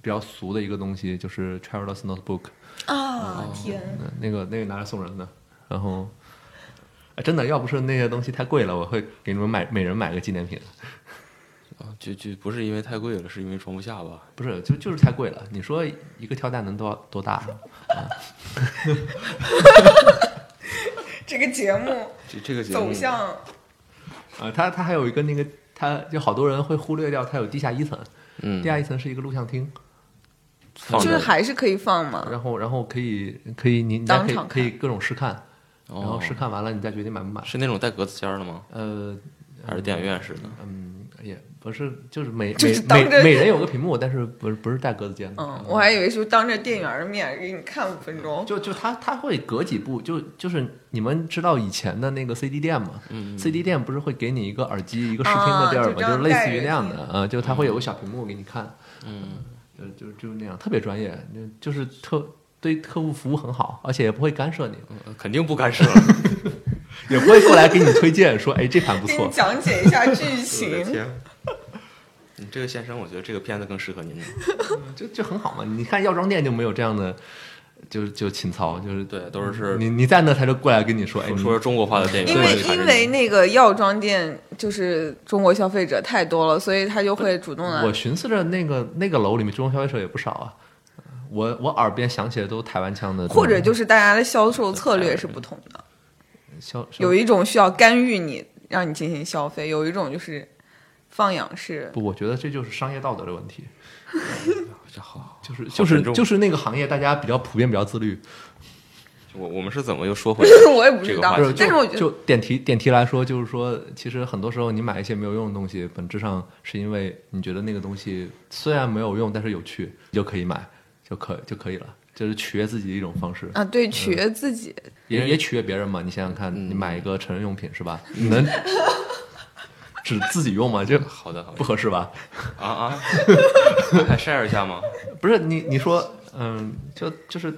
Speaker 2: 比较俗的一个东西，就是 Traveler's Notebook，
Speaker 1: 啊，天！
Speaker 2: 嗯那个那个拿来送人的。然后、哎真的要不是那些东西太贵了，我会给你们买每人买个纪念品。
Speaker 3: 啊就就不是因为太贵了，是因为装不下吧？
Speaker 2: 不是，就就是太贵了。你说一个跳蛋能多多大？
Speaker 1: 这个节目
Speaker 3: 这这个节目
Speaker 1: 走向
Speaker 2: 呃，它它还有一个那个，它就好多人会忽略掉，它有地下一层，
Speaker 3: 嗯
Speaker 2: 地，下一层是一个录像厅，
Speaker 3: 放
Speaker 1: 就是
Speaker 3: 着
Speaker 1: 还是可以放嘛。
Speaker 2: 然后然后可以可以你你还可
Speaker 1: 当
Speaker 2: 以
Speaker 1: 场看
Speaker 2: 可以各种试看，然后
Speaker 3: 哦
Speaker 2: 试看完了你再决定买不买。
Speaker 3: 是那种带格子间儿的吗？
Speaker 2: 呃，
Speaker 3: 还是电影院式的？
Speaker 2: 嗯，也不是，就是每
Speaker 1: 就是
Speaker 2: 每
Speaker 1: 当着
Speaker 2: 每每人有个屏幕，但是不是不是带格子间的。
Speaker 1: 嗯，我还以为是当着店员的面给你看五分钟。
Speaker 2: 就就他他会隔几步，就就是你们知道以前的那个 CD 店嘛、
Speaker 3: 嗯
Speaker 2: c d 店不是会给你一个耳机一个试听的地儿
Speaker 1: 啊
Speaker 2: 嘛，
Speaker 1: 就这样
Speaker 2: 就是类似于那样
Speaker 1: 带
Speaker 2: 的，呃，就他会有个小屏幕给你看，
Speaker 3: 嗯，
Speaker 2: 就就就那样，特别专业，就就是特对客户服务很好，而且也不会干涉你，
Speaker 3: [LAUGHS] 呃肯定不干涉。 [LAUGHS]
Speaker 2: 也不会过来给你推荐说，哎，这盘不
Speaker 1: 给你
Speaker 2: 错。
Speaker 1: 讲解一下剧
Speaker 2: [LAUGHS]
Speaker 3: 我的
Speaker 1: 情，
Speaker 3: 天，你这个先生，我觉得这个片子更适合您。
Speaker 2: 就就很好嘛。你看药妆店就没有这样的，就就情操，就是
Speaker 3: 对，都是
Speaker 2: 你你在那他就过来跟你说，哎，
Speaker 3: 说
Speaker 2: 你
Speaker 3: 说中国话的电影，
Speaker 1: 因为
Speaker 3: 我就看着
Speaker 1: 因
Speaker 3: 你
Speaker 1: 为那个药妆店就是中国消费者太多了，所以他就会主动来
Speaker 2: 我。寻思着那个那个楼里面中国消费者也不少啊，我我耳边响起的都是台湾腔的东西，
Speaker 1: 或者就是大家的销售策略是不同的，
Speaker 2: 嗯消消
Speaker 1: 有一种需要干预你，让你进行消费；有一种就是放养式。
Speaker 2: 不，我觉得这就是商业道德的问题，
Speaker 3: 这好，
Speaker 2: 就是就
Speaker 3: 沉
Speaker 2: 是
Speaker 3: 重
Speaker 2: 就是那个行业，大家比较普遍比较自律。
Speaker 3: 我我们是怎么又说回来
Speaker 1: [LAUGHS] 我也不
Speaker 3: 这
Speaker 1: 知
Speaker 3: 个
Speaker 1: 道
Speaker 3: 话
Speaker 2: 不
Speaker 3: 题
Speaker 2: 是，
Speaker 1: 但是
Speaker 2: 就
Speaker 1: 我觉得
Speaker 2: 就点题点题来说，就是说，其实很多时候你买一些没有用的东西，本质上是因为你觉得那个东西虽然没有用，但是有趣，你就可以买，就可就可以了，就是取悦自己的一种方式，
Speaker 1: 啊，对，取悦自己，
Speaker 2: 也也取悦别人嘛。你想想看，
Speaker 3: 嗯
Speaker 2: 你买一个成人用品是吧？你能只自己用吗？这
Speaker 3: 好的，好
Speaker 2: 不
Speaker 3: 的
Speaker 2: 合适吧？
Speaker 3: 啊 [LAUGHS] 啊，还 share 一下吗？
Speaker 2: 不是你你说，嗯，就就是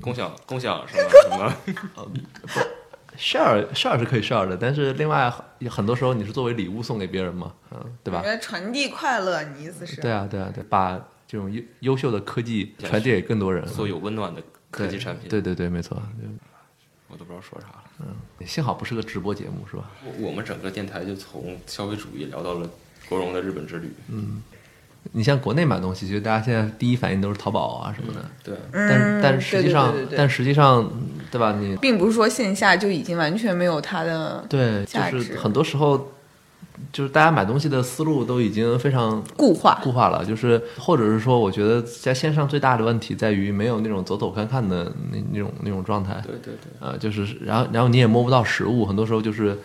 Speaker 3: 共享共享什么什么？
Speaker 2: share share 是可以 share 的，但是另外很很多时候你是作为礼物送给别人嘛，嗯，对吧
Speaker 1: 你？觉得传递快乐，你意思是？
Speaker 2: 对啊，对啊，对，把这种优优秀的科技传递给更多人，
Speaker 3: 做有温暖的科技产品，
Speaker 2: 对对对，没错。
Speaker 3: 我都不知道说啥了。
Speaker 2: 就幸好不是个直播节目，是吧？
Speaker 3: 我我们整个电台就从消费主义聊到了国荣的日本之旅。
Speaker 2: 你像国内买东西，其实大家现在第一反应都是淘宝啊什么的，
Speaker 3: 对，
Speaker 2: 但但实际上，
Speaker 1: 嗯对对对对对
Speaker 2: 但实际上，对吧？你
Speaker 1: 并不是说线下就已经完全没有它的
Speaker 2: 对，
Speaker 1: 价
Speaker 2: 就
Speaker 1: 值
Speaker 2: 是很多时候，就是大家买东西的思路都已经非常
Speaker 1: 固化。
Speaker 2: 固化了，就是或者是说，我觉得在线上最大的问题在于没有那种走走看看的那那种那种状态。
Speaker 3: 对对对，
Speaker 2: 呃，就是然后然后你也摸不到实物，很多时候就是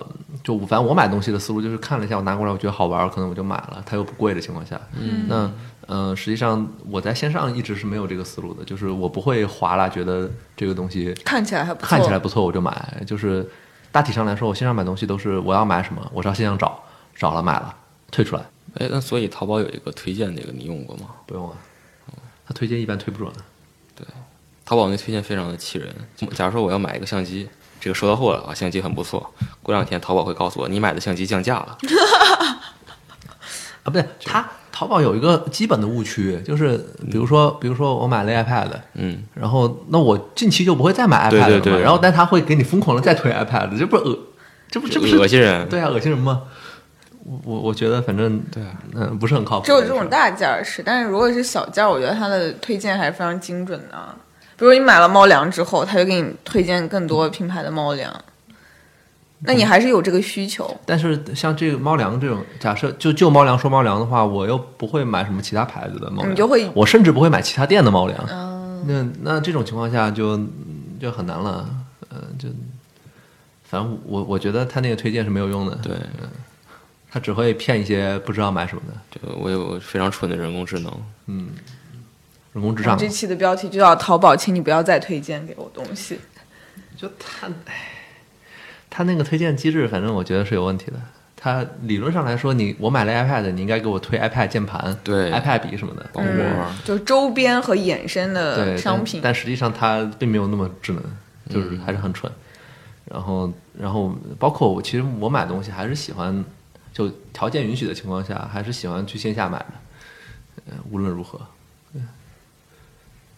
Speaker 2: 就我反正我买东西的思路就是看了一下，我拿过来我觉得好玩儿，可能我就买了，它又不贵的情况下，嗯，那呃实际上我在线上一直是没有这个思路的，就是我不会划拉觉得这个东西
Speaker 1: 看起来还不错，
Speaker 2: 看起来不错我就买，就是大体上来说，我线上买东西都是我要买什么，我上线上找，找了买了退出来，
Speaker 3: 哎，那所以淘宝有一个推荐那个，你用过吗？
Speaker 2: 不用啊，他推荐一般推不准，
Speaker 3: 淘宝那推荐非常的气人。假如说我要买一个相机，这个收到货了啊，相机很不错。过两天淘宝会告诉我，你买的相机降价了。
Speaker 2: 啊，不对，他淘宝有一个基本的误区，就是比如说比如说我买了 iPad。
Speaker 3: 嗯，
Speaker 2: 然后那我近期就不会再买 iPad
Speaker 3: 对
Speaker 2: 了嘛。
Speaker 3: 对对
Speaker 2: 然后但他会给你疯狂的再推 iPad，这不是恶，这不这不是
Speaker 3: 恶
Speaker 1: [LAUGHS]
Speaker 3: 心人。
Speaker 2: 对啊，恶心人吗？我我我觉得反正
Speaker 3: 对啊，
Speaker 2: 嗯不是很靠谱。
Speaker 1: 只有这种大件儿是，但是如果是小件儿，我觉得它的推荐还是非常精准的。比如你买了猫粮之后，它就给你推荐更多品牌的猫粮，那你还是有这个需求。
Speaker 2: 但是像这个猫粮这种，假设就就猫粮说猫粮的话，我又不会买什么其他牌子的猫粮，
Speaker 1: 你就会
Speaker 2: 我甚至不会买其他店的猫粮。
Speaker 1: 嗯，
Speaker 2: 那那这种情况下就嗯就很难了，嗯、就反正我我觉得他那个推荐是没有用的，
Speaker 3: 对，
Speaker 2: 他只会骗一些不知道买什么的，
Speaker 3: 这个我有非常蠢的人工智能。
Speaker 2: 嗯，人工智
Speaker 1: 我
Speaker 2: 障嘛。
Speaker 1: 这期的标题就叫“淘宝，请你不要再推荐给我东西
Speaker 2: 就他，唉他那个推荐机制，反正我觉得是有问题的。他理论上来说，你我买了 iPad，你应该给我推 iPad 键盘、
Speaker 3: 对
Speaker 1: [LAUGHS]
Speaker 2: iPad 笔什么的。
Speaker 3: 包”。括、
Speaker 1: 嗯，就是周边和衍生
Speaker 2: 对，
Speaker 1: 的呃商
Speaker 2: 但
Speaker 1: 品。
Speaker 2: 但实际上它并没有那么智能，就是还是很蠢。然后，然后包括我，其实我买东西还是喜欢，就条件允许的情况下，还是喜欢去线下买的。呃，无论如何，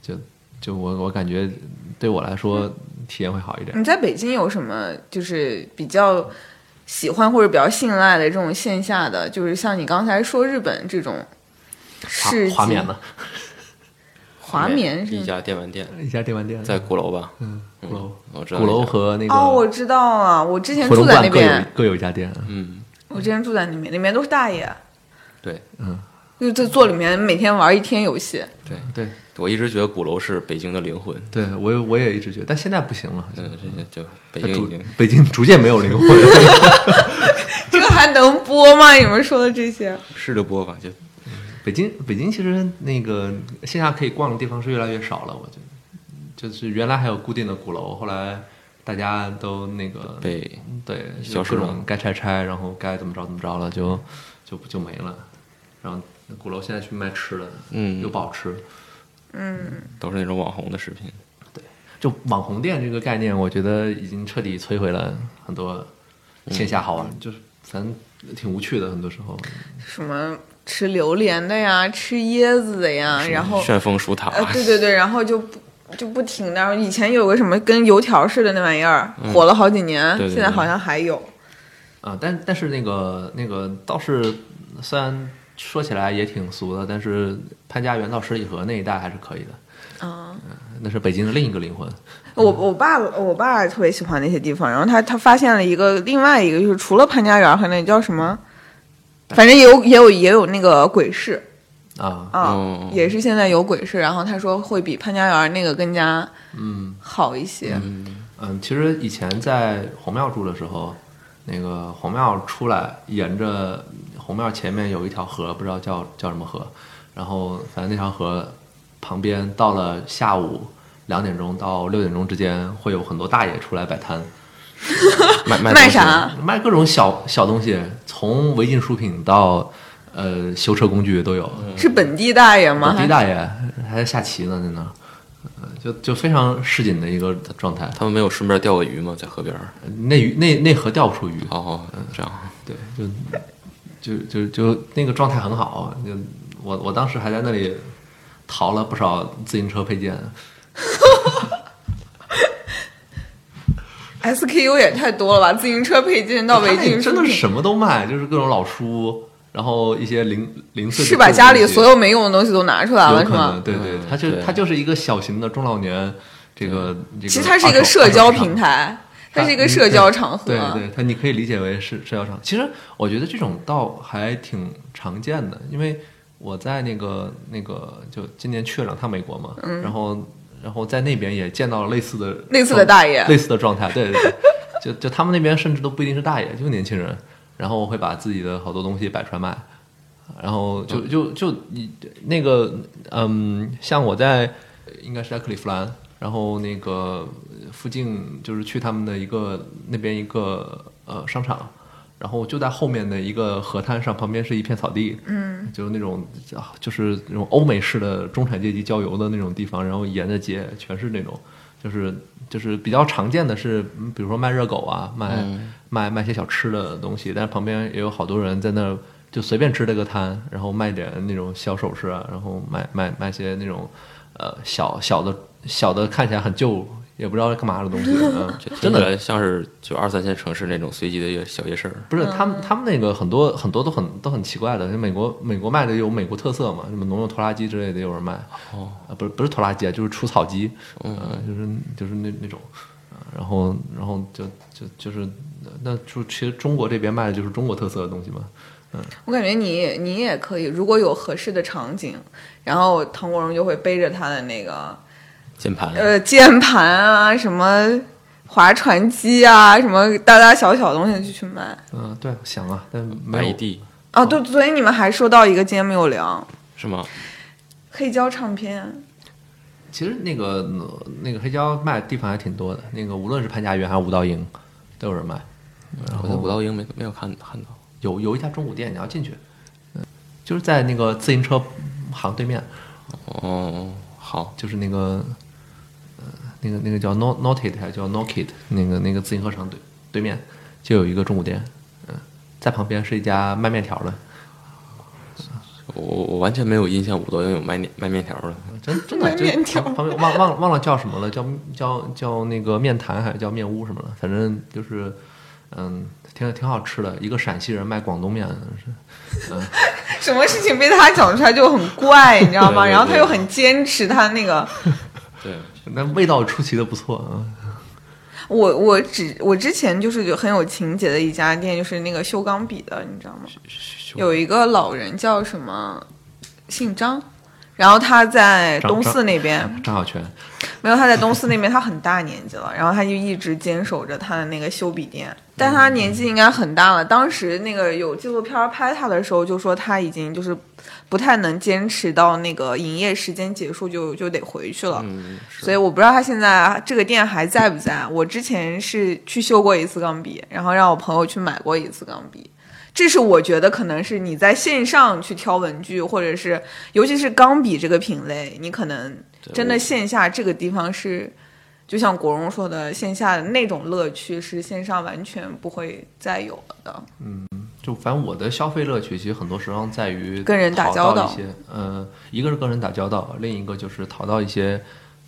Speaker 2: 就就我我感觉对我来说体验会好一点。
Speaker 1: 你在北京有什么就是比较喜欢或者比较信赖的这种线下的？就是像你刚才说日本这种
Speaker 2: 华
Speaker 1: 市集，
Speaker 2: 华棉呢？
Speaker 1: 华棉是
Speaker 3: 一
Speaker 1: 哦
Speaker 3: 家电玩店，
Speaker 2: 一家电玩店
Speaker 3: 在鼓楼吧？
Speaker 2: 嗯，鼓楼，
Speaker 3: 我知道
Speaker 2: 鼓
Speaker 3: 那
Speaker 2: 楼
Speaker 3: 家
Speaker 2: 和那个
Speaker 1: 哦，我知道了，我之前
Speaker 2: 回
Speaker 1: 住
Speaker 2: 龙
Speaker 1: 在
Speaker 2: 观
Speaker 1: 那
Speaker 2: 各有
Speaker 1: 边，
Speaker 2: 各有一家店，啊
Speaker 3: 嗯，
Speaker 1: 我之前住在那边，里面都是大爷，
Speaker 3: 对
Speaker 1: 就就坐里面每天玩一天游戏。
Speaker 3: 对，
Speaker 2: 对
Speaker 3: 我一直觉得鼓楼是北京的灵魂。
Speaker 2: 对，我也我也一直觉得，但现在不行了，好像
Speaker 3: 嗯，这些就北
Speaker 2: 它
Speaker 3: 京
Speaker 2: 逐
Speaker 3: 已经
Speaker 2: 北京逐渐没有灵魂，
Speaker 1: 这个还能播吗？你们说的这些，
Speaker 3: 试着播吧，就
Speaker 2: 北京北京其实那个线下可以逛的地方是越来越少了，我觉得，就是原来还有固定的鼓楼，后来大家都那个
Speaker 3: 被
Speaker 2: 对，
Speaker 3: 消
Speaker 2: 就
Speaker 3: 失
Speaker 2: 各
Speaker 3: 了
Speaker 2: 种该拆拆，然后该怎么着怎么着了，就就就没了，然后鼓楼现在去卖吃的，
Speaker 3: 嗯
Speaker 2: 又不好吃。
Speaker 1: 嗯，
Speaker 3: 都是那种网红的视频。
Speaker 2: 就网红店这个概念，我觉得已经彻底摧毁了很多线下好玩，
Speaker 3: 嗯
Speaker 2: 就是反正挺无趣的，很多时候。
Speaker 1: 什么吃榴莲的呀，吃椰子的呀，然后
Speaker 3: 旋风舒塔，
Speaker 1: 呃，对对对，然后就不就不停的，以前有个什么跟油条似的那玩意儿，火了好几年，
Speaker 3: 对对
Speaker 1: 现在
Speaker 3: 对
Speaker 1: 好像还有。
Speaker 2: 啊、但但是那个那个倒是，虽然说起来也挺俗的，但是潘家园到十里河那一带还是可以的。嗯
Speaker 1: 啊、
Speaker 2: 那是北京的另一个灵魂，
Speaker 1: 我我爸我爸特别喜欢那些地方，然后他他发现了一个另外一个，就是除了潘家园和那叫什么，反正也有也有也有那个鬼市，
Speaker 2: 啊，
Speaker 1: 啊，
Speaker 3: 嗯
Speaker 1: 也是现在有鬼市，然后他说会比潘家园那个更加
Speaker 2: 嗯
Speaker 1: 好一些。
Speaker 3: 嗯
Speaker 2: 嗯，其实以前在红庙住的时候，那个红庙出来，沿着红庙前面有一条河，不知道叫叫什么河，然后反正那条河旁边到了下午两点钟到六点钟之间，会有很多大爷出来
Speaker 1: [LAUGHS]
Speaker 2: 摆摊，
Speaker 3: 卖卖
Speaker 1: 卖
Speaker 3: 东西
Speaker 1: 啥？
Speaker 2: 卖各种小小东西，从违禁书品到呃修车工具都有，
Speaker 1: 是本地大爷吗？
Speaker 2: 本
Speaker 1: 嗯
Speaker 2: 地
Speaker 1: 还
Speaker 2: 大爷还在下棋呢，在那儿，呃就就非常市井的一个状态。
Speaker 3: 他们没有顺便钓个鱼吗？在河边儿？
Speaker 2: 那鱼那那河钓不出鱼，
Speaker 3: 哦，这样，
Speaker 2: 对，就就就就那个状态很好。就我我当时还在那里淘了不少自行车配件，
Speaker 1: SKU 也太多了吧，自行车配件到违禁
Speaker 2: 真的是
Speaker 1: 是
Speaker 2: 什么都卖，就是各种老书，然后一些零零碎的
Speaker 1: 是把
Speaker 2: 旧
Speaker 1: 家里
Speaker 2: 东西
Speaker 1: 所有没用的东西都拿出来了
Speaker 2: 有
Speaker 1: 是
Speaker 2: 可能
Speaker 1: 吗？
Speaker 2: 对对
Speaker 3: 嗯，
Speaker 2: 它就
Speaker 3: 对
Speaker 2: 它就是一个小型的中老年这个这个。
Speaker 1: 其实它是一个社交平。台，它是一个社交场合。啊
Speaker 2: 对对，它你可以理解为是社交场。其实我觉得这种倒还挺常见的，因为我在那个那个就今年去了两趟美国嘛，然后然后在那边也见到了类似的
Speaker 1: 嗯类似的大爷
Speaker 2: 类似的状态，对对 [LAUGHS] 对，就就他们那边甚至都不一定是大爷，就是年轻人，然后会把自己的好多东西摆出来卖。然后就
Speaker 1: 嗯
Speaker 2: 就就你那个嗯，像我在应该是在克利夫兰，然后那个附近就是去他们的一个那边一个呃商场，然后就在后面的一个河滩上，旁边是一片草地，嗯，就是那种啊就是那种欧美式的中产阶级郊游的那种地方，然后沿着街全是那种。就是就是比较常见的是，嗯比如说卖热狗啊，卖、卖卖些小吃的东西，但是旁边也有好多人在那儿就随便支了个摊，然后卖点那种小首饰啊，然后卖卖卖些那种呃小小的小的看起来很旧也不知道干嘛的东西，嗯，
Speaker 3: 这听
Speaker 2: 真
Speaker 3: 起
Speaker 2: 的
Speaker 3: 来像是就二三线城市那种随机的夜小夜市儿。
Speaker 2: 不是他们他们那个很多很多都很都很奇怪的，就美国美国卖的有美国特色嘛，什么农用拖拉机之类的有人卖，
Speaker 3: 哦
Speaker 2: 啊，不是不是拖拉机啊，就是除草机，嗯、就是就是那那种，啊然后然后就就就是那就其实中国这边卖的就是中国特色的东西嘛，
Speaker 1: 我感觉你也你也可以，如果有合适的场景，然后唐国荣就会背着他的那个
Speaker 3: 键盘，
Speaker 1: 呃键盘啊，什么划船机啊，什么大大小小的东西就去卖。
Speaker 2: 嗯、对，想啊，但
Speaker 3: 买
Speaker 2: 没
Speaker 3: 一
Speaker 2: 有
Speaker 3: 地
Speaker 1: 哦，对，昨天你们还说到一个，今天没有聊
Speaker 3: 是吗？
Speaker 1: 黑胶唱片， [LAUGHS]
Speaker 2: 其实那个呃那个黑胶卖的地方还挺多的，那个无论是潘家园还是五道营，都有人卖。然
Speaker 3: 我
Speaker 2: 后
Speaker 3: 在五道营没没有看看到。
Speaker 2: 有有一家中古店，你要进去，嗯，就是在那个自行车行对面，
Speaker 3: 哦，好，
Speaker 2: 就是那个呃那个那个叫 No Noted 还叫 Nokit 那个那个自行车厂对对面就有一个中古店，嗯，在旁边是一家卖面条的，
Speaker 3: 我我我完全没有印象，五道营有卖面卖面条的。
Speaker 2: 呃真真
Speaker 1: 卖
Speaker 2: 的就
Speaker 1: 面条
Speaker 2: 旁旁边忘忘忘了叫什么了，叫叫叫那个面坛还是叫面屋什么了，反正就是嗯挺挺好吃的，一个陕西人卖广东面是
Speaker 1: 什么事情被他讲出来就很怪，你知道吗？
Speaker 3: 对对对
Speaker 1: 然后他又很坚持他那个，
Speaker 3: 对，
Speaker 2: 那味道出奇的不错啊。
Speaker 1: 我我只我之前就是有很有情节的一家店，就是那个修钢笔的，你知道吗？有一个老人叫什么，姓张，然后他在
Speaker 2: 张
Speaker 1: 东
Speaker 2: 张
Speaker 1: 四那边，
Speaker 2: 张小泉，
Speaker 1: 没有，他在东四那边，他很大年纪了，然后他就一直坚守着他的那个修笔店，
Speaker 2: 嗯
Speaker 1: 但他年纪应该很大了。当时那个有纪录片拍他的时候，就说他已经就是不太能坚持到那个营业时间结束就就得回去了。
Speaker 3: 嗯，
Speaker 1: 所
Speaker 3: 是
Speaker 1: 以我不知道他现在这个店还在不在。我之前是去修过一次钢笔，然后让我朋友去买过一次钢笔。这是我觉得可能是你在线上去挑文具，或者是尤其是钢笔这个品类，你可能
Speaker 3: 对
Speaker 1: 真的
Speaker 3: 我
Speaker 1: 线下这个地方是，就像国荣说的，线下的那种乐趣是线上完全不会再有了
Speaker 2: 嗯
Speaker 1: 的。
Speaker 2: 就反正我的消费乐趣，其实很多时候在于
Speaker 1: 跟人打
Speaker 2: 淘
Speaker 1: 交
Speaker 2: 到
Speaker 1: 道
Speaker 2: 一些，呃，一个是跟人打交道，另一个就是淘到一些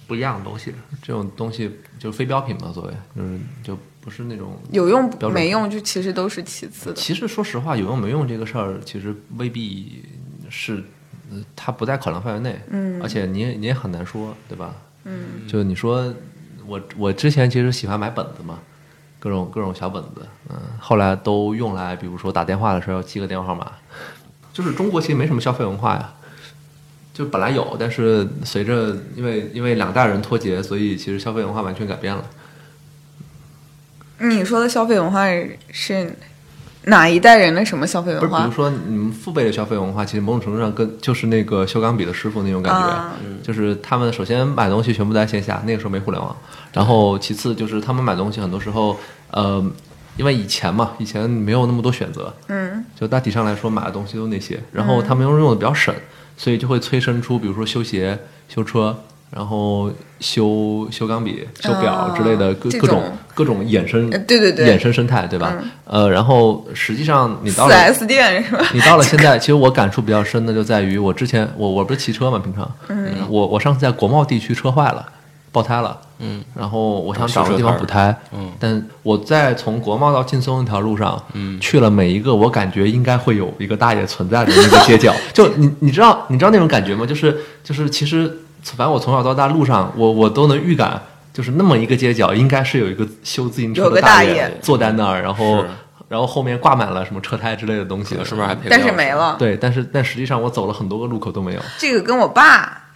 Speaker 2: 不一样的东西。这种东西就是非标品嘛，所谓就是就不是那种
Speaker 1: 有用
Speaker 2: 标准
Speaker 1: 没。用，就其实都是其次的。
Speaker 2: 其实说实话，有用没用这个事儿，其实未必是，呃它不在考量范围内。嗯，而且你也你也很难说，对吧？嗯，就你说我我之前其实喜欢买本子嘛，各种各种小本子，嗯，后来都用来，比如说打电话的时候要记个电话号码。就是中国其实没什么消费文化呀，就本来有，但是随着因为因为两代人脱节，所以其实消费文化完全改变了。
Speaker 1: 嗯你说的消费文化是哪一代人的什么消费
Speaker 2: 不是，
Speaker 1: 文
Speaker 2: 比如
Speaker 1: 化？
Speaker 2: 说你们父辈的消费文化，其实某种程度上跟就是那个修钢笔的师傅那种感觉，
Speaker 1: 啊
Speaker 2: 就是他们首先买东西全部在线下，那个时候没互联网，然后其次就是他们买东西很多时候，呃，因为以前嘛，以前没有那么多选择，
Speaker 1: 嗯，
Speaker 2: 就大体上来说买的东西都那些，然后他们又用的比较省，所以就会催生出比如说修鞋、修车，然后修修钢笔、修表之类的各、
Speaker 1: 啊这
Speaker 2: 各种
Speaker 1: 种
Speaker 2: 各种衍生，
Speaker 1: 呃对对对嗯
Speaker 2: 衍生生态，对吧？呃，然后实际上你到
Speaker 1: 四
Speaker 2: 了
Speaker 1: S 店是吧？
Speaker 2: 你到了现在，其实我感触比较深的就在于，我之前我我不是骑车嘛，平常，嗯，我我上次在国贸地区车坏了，爆胎了，
Speaker 3: 嗯，
Speaker 2: 然后我想
Speaker 3: 啊
Speaker 2: 找个地方补胎，
Speaker 3: 嗯
Speaker 2: 但我在从国贸到劲松那条路上，
Speaker 3: 嗯
Speaker 2: 去了每一个我感觉应该会有一个大爷存在的那个街角， [LAUGHS] 就你你知道你知道那种感觉吗？就是就是其实反正我从小到大路上，我我都能预感。就是那么一个街角，应该是有一个修自行车
Speaker 1: 有
Speaker 2: 的
Speaker 1: 个
Speaker 2: 大
Speaker 1: 大爷
Speaker 2: 坐在那儿，然后
Speaker 3: 是
Speaker 2: 然后后面挂满了什么车胎之类的东西
Speaker 3: 可，能顺便还配个
Speaker 1: 但是
Speaker 3: 钥匙
Speaker 1: 没了。
Speaker 2: 对，但是但实际上我走了很多个路口都没有。
Speaker 1: 这个跟我爸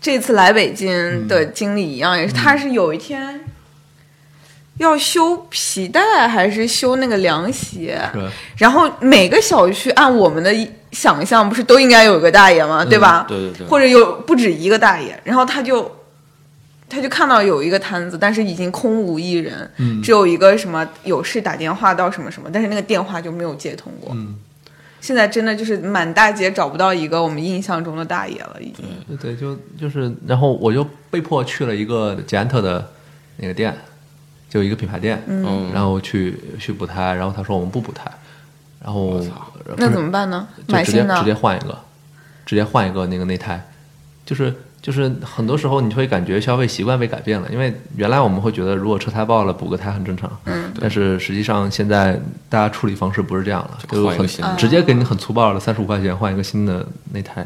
Speaker 1: 这次来北
Speaker 2: 嗯
Speaker 1: 京的经历一样，也是他是有一天要修皮带还是修那个凉鞋，
Speaker 2: 是
Speaker 1: 然后每个小区按我们的想象不是都应该有一个大爷
Speaker 2: 嗯
Speaker 1: 吗？对吧？
Speaker 3: 对对对
Speaker 1: 或者有不止一个大爷，然后他就。他就看到有一个摊子，但是已经空无一人，
Speaker 2: 嗯
Speaker 1: 只有一个什么有事打电话到什么什么，但是那个电话就没有接通过。
Speaker 2: 嗯，
Speaker 1: 现在真的就是满大街找不到一个我们印象中的大爷了，已经。
Speaker 2: 对对，就就是，然后我就被迫去了一个捷安特的那个店，就一个品牌店，
Speaker 3: 嗯，
Speaker 2: 然后去去补胎，然后他说我们不补胎，然后呃
Speaker 3: 我操
Speaker 1: 那怎
Speaker 2: 么
Speaker 1: 么办呢？
Speaker 2: 就
Speaker 1: 买
Speaker 2: 直接
Speaker 1: 新
Speaker 2: 直接
Speaker 1: 的。
Speaker 2: 换一个，直接换一个那个内胎，就是。就是很多时候你会感觉消费习惯被改变了，因为原来我们会觉得如果车胎爆了补个胎很正常，
Speaker 1: 嗯，
Speaker 2: 但是实际上现在大家处理方式不是这样了，
Speaker 3: 就
Speaker 2: 就
Speaker 3: 换
Speaker 2: 很
Speaker 3: 一个新的
Speaker 2: 直接给你很粗暴的三十五块钱换一个新的内胎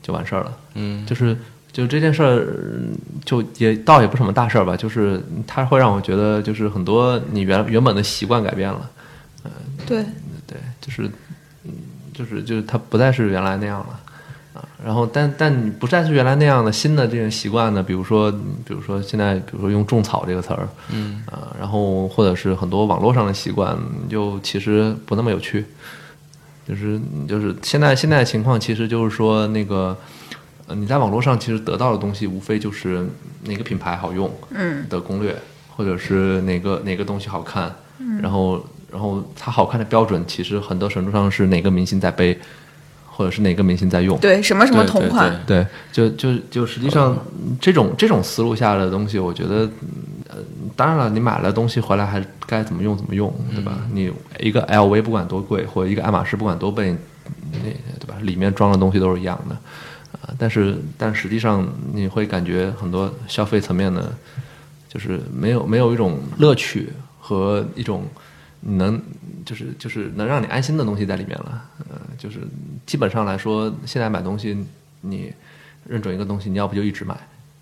Speaker 2: 就完事儿了。
Speaker 3: 嗯，
Speaker 2: 就是就这件事儿，嗯就也倒也不是什么大事儿吧，就是它会让我觉得就是很多你原原本的习惯改变了，
Speaker 1: 对，
Speaker 2: 对，就是嗯，就是就是它不再是原来那样了。啊，然后但但你不再是原来那样的新的这种习惯呢，比如说比如说现在比如说用种草这个词儿，
Speaker 3: 嗯
Speaker 2: 啊，然后或者是很多网络上的习惯，就其实不那么有趣。就是就是现在现在的情况，其实就是说那个，呃你在网络上其实得到的东西，无非就是哪个品牌好用
Speaker 1: 嗯，
Speaker 2: 的攻略，或者是哪个哪个东西好看，然后然后它好看的标准，其实很多程度上是哪个明星在背，或者是哪个明星在用。
Speaker 1: 对，什么什么
Speaker 3: 对
Speaker 1: 同
Speaker 3: 对
Speaker 1: 款，
Speaker 3: 对
Speaker 2: 对，就就就实际上嗯这种这种思路下的东西，我觉得，嗯呃，当然了，你买了东西回来还该怎么用怎么用，对吧？你一个 LV 不管多贵，或者一个爱马仕不管多贵，那对吧？里面装的东西都是一样的，啊、但是但实际上你会感觉很多消费层面的，就是没有没有一种乐趣和一种。能就是就是能让你安心的东西在里面了。呃，就是基本上来说，现在买东西，你认准一个东西，你要不就一直买，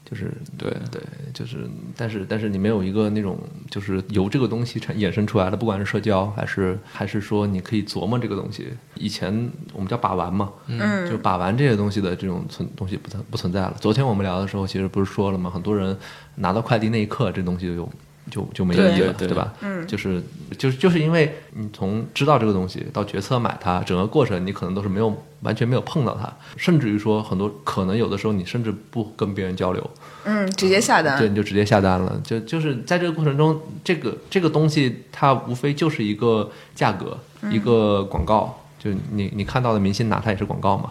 Speaker 2: 就是
Speaker 3: 对
Speaker 2: 对，就是但是但是你没有一个那种就是由这个东西产衍生出来的，不管是社交还是还是说你可以琢磨这个东西。以前我们叫把玩嘛，
Speaker 1: 嗯
Speaker 2: 就把玩这些东西的这种存东西不存不存在了。昨天我们聊的时候，其实不是说了吗？很多人拿到快递那一刻，这东西就就就没意义了，
Speaker 3: 对对对
Speaker 2: 吧？
Speaker 1: 嗯
Speaker 2: 就是就是就是因为你从知道这个东西到决策买它，整个过程你可能都是没有完全没有碰到它，甚至于说很多可能有的时候你甚至不跟别人交流，
Speaker 1: 嗯，直接下
Speaker 2: 对，
Speaker 1: 单。
Speaker 2: 你就直接下单了。就就是在这个过程中，这个这个东西它无非就是一个价格，
Speaker 1: 嗯
Speaker 2: 一个广告，就你你看到的明星拿它也是广告嘛，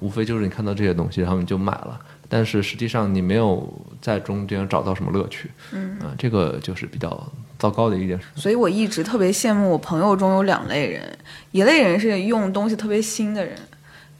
Speaker 2: 无非就是你看到这些东西，然后你就买了。但是实际上你没有在中间找到什么乐趣，嗯、这个就是比较糟糕的一件事。
Speaker 1: 所以我一直特别羡慕我朋友中有两类人，一类人是用东西特别新的人，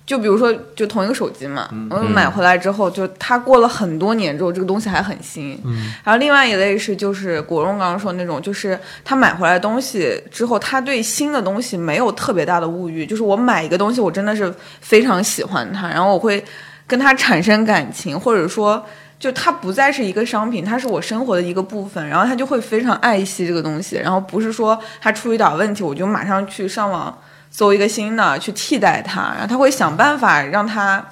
Speaker 1: 就比如说就同一个手机嘛，我买回来之后，就它过了很多年之后，这个东西还很新。
Speaker 2: 嗯
Speaker 1: 然后另外一类是就是果荣刚刚说的那种，就是他买回来的东西之后，他对新的东西没有特别大的物欲，就是我买一个东西，我真的是非常喜欢它，然后我会跟它产生感情，或者说。就它不再是一个商品，它是我生活的一个部分，然后他就会非常爱惜这个东西，然后不是说它出一点问题，我就马上去上网搜一个新的去替代它，然后他会想办法让它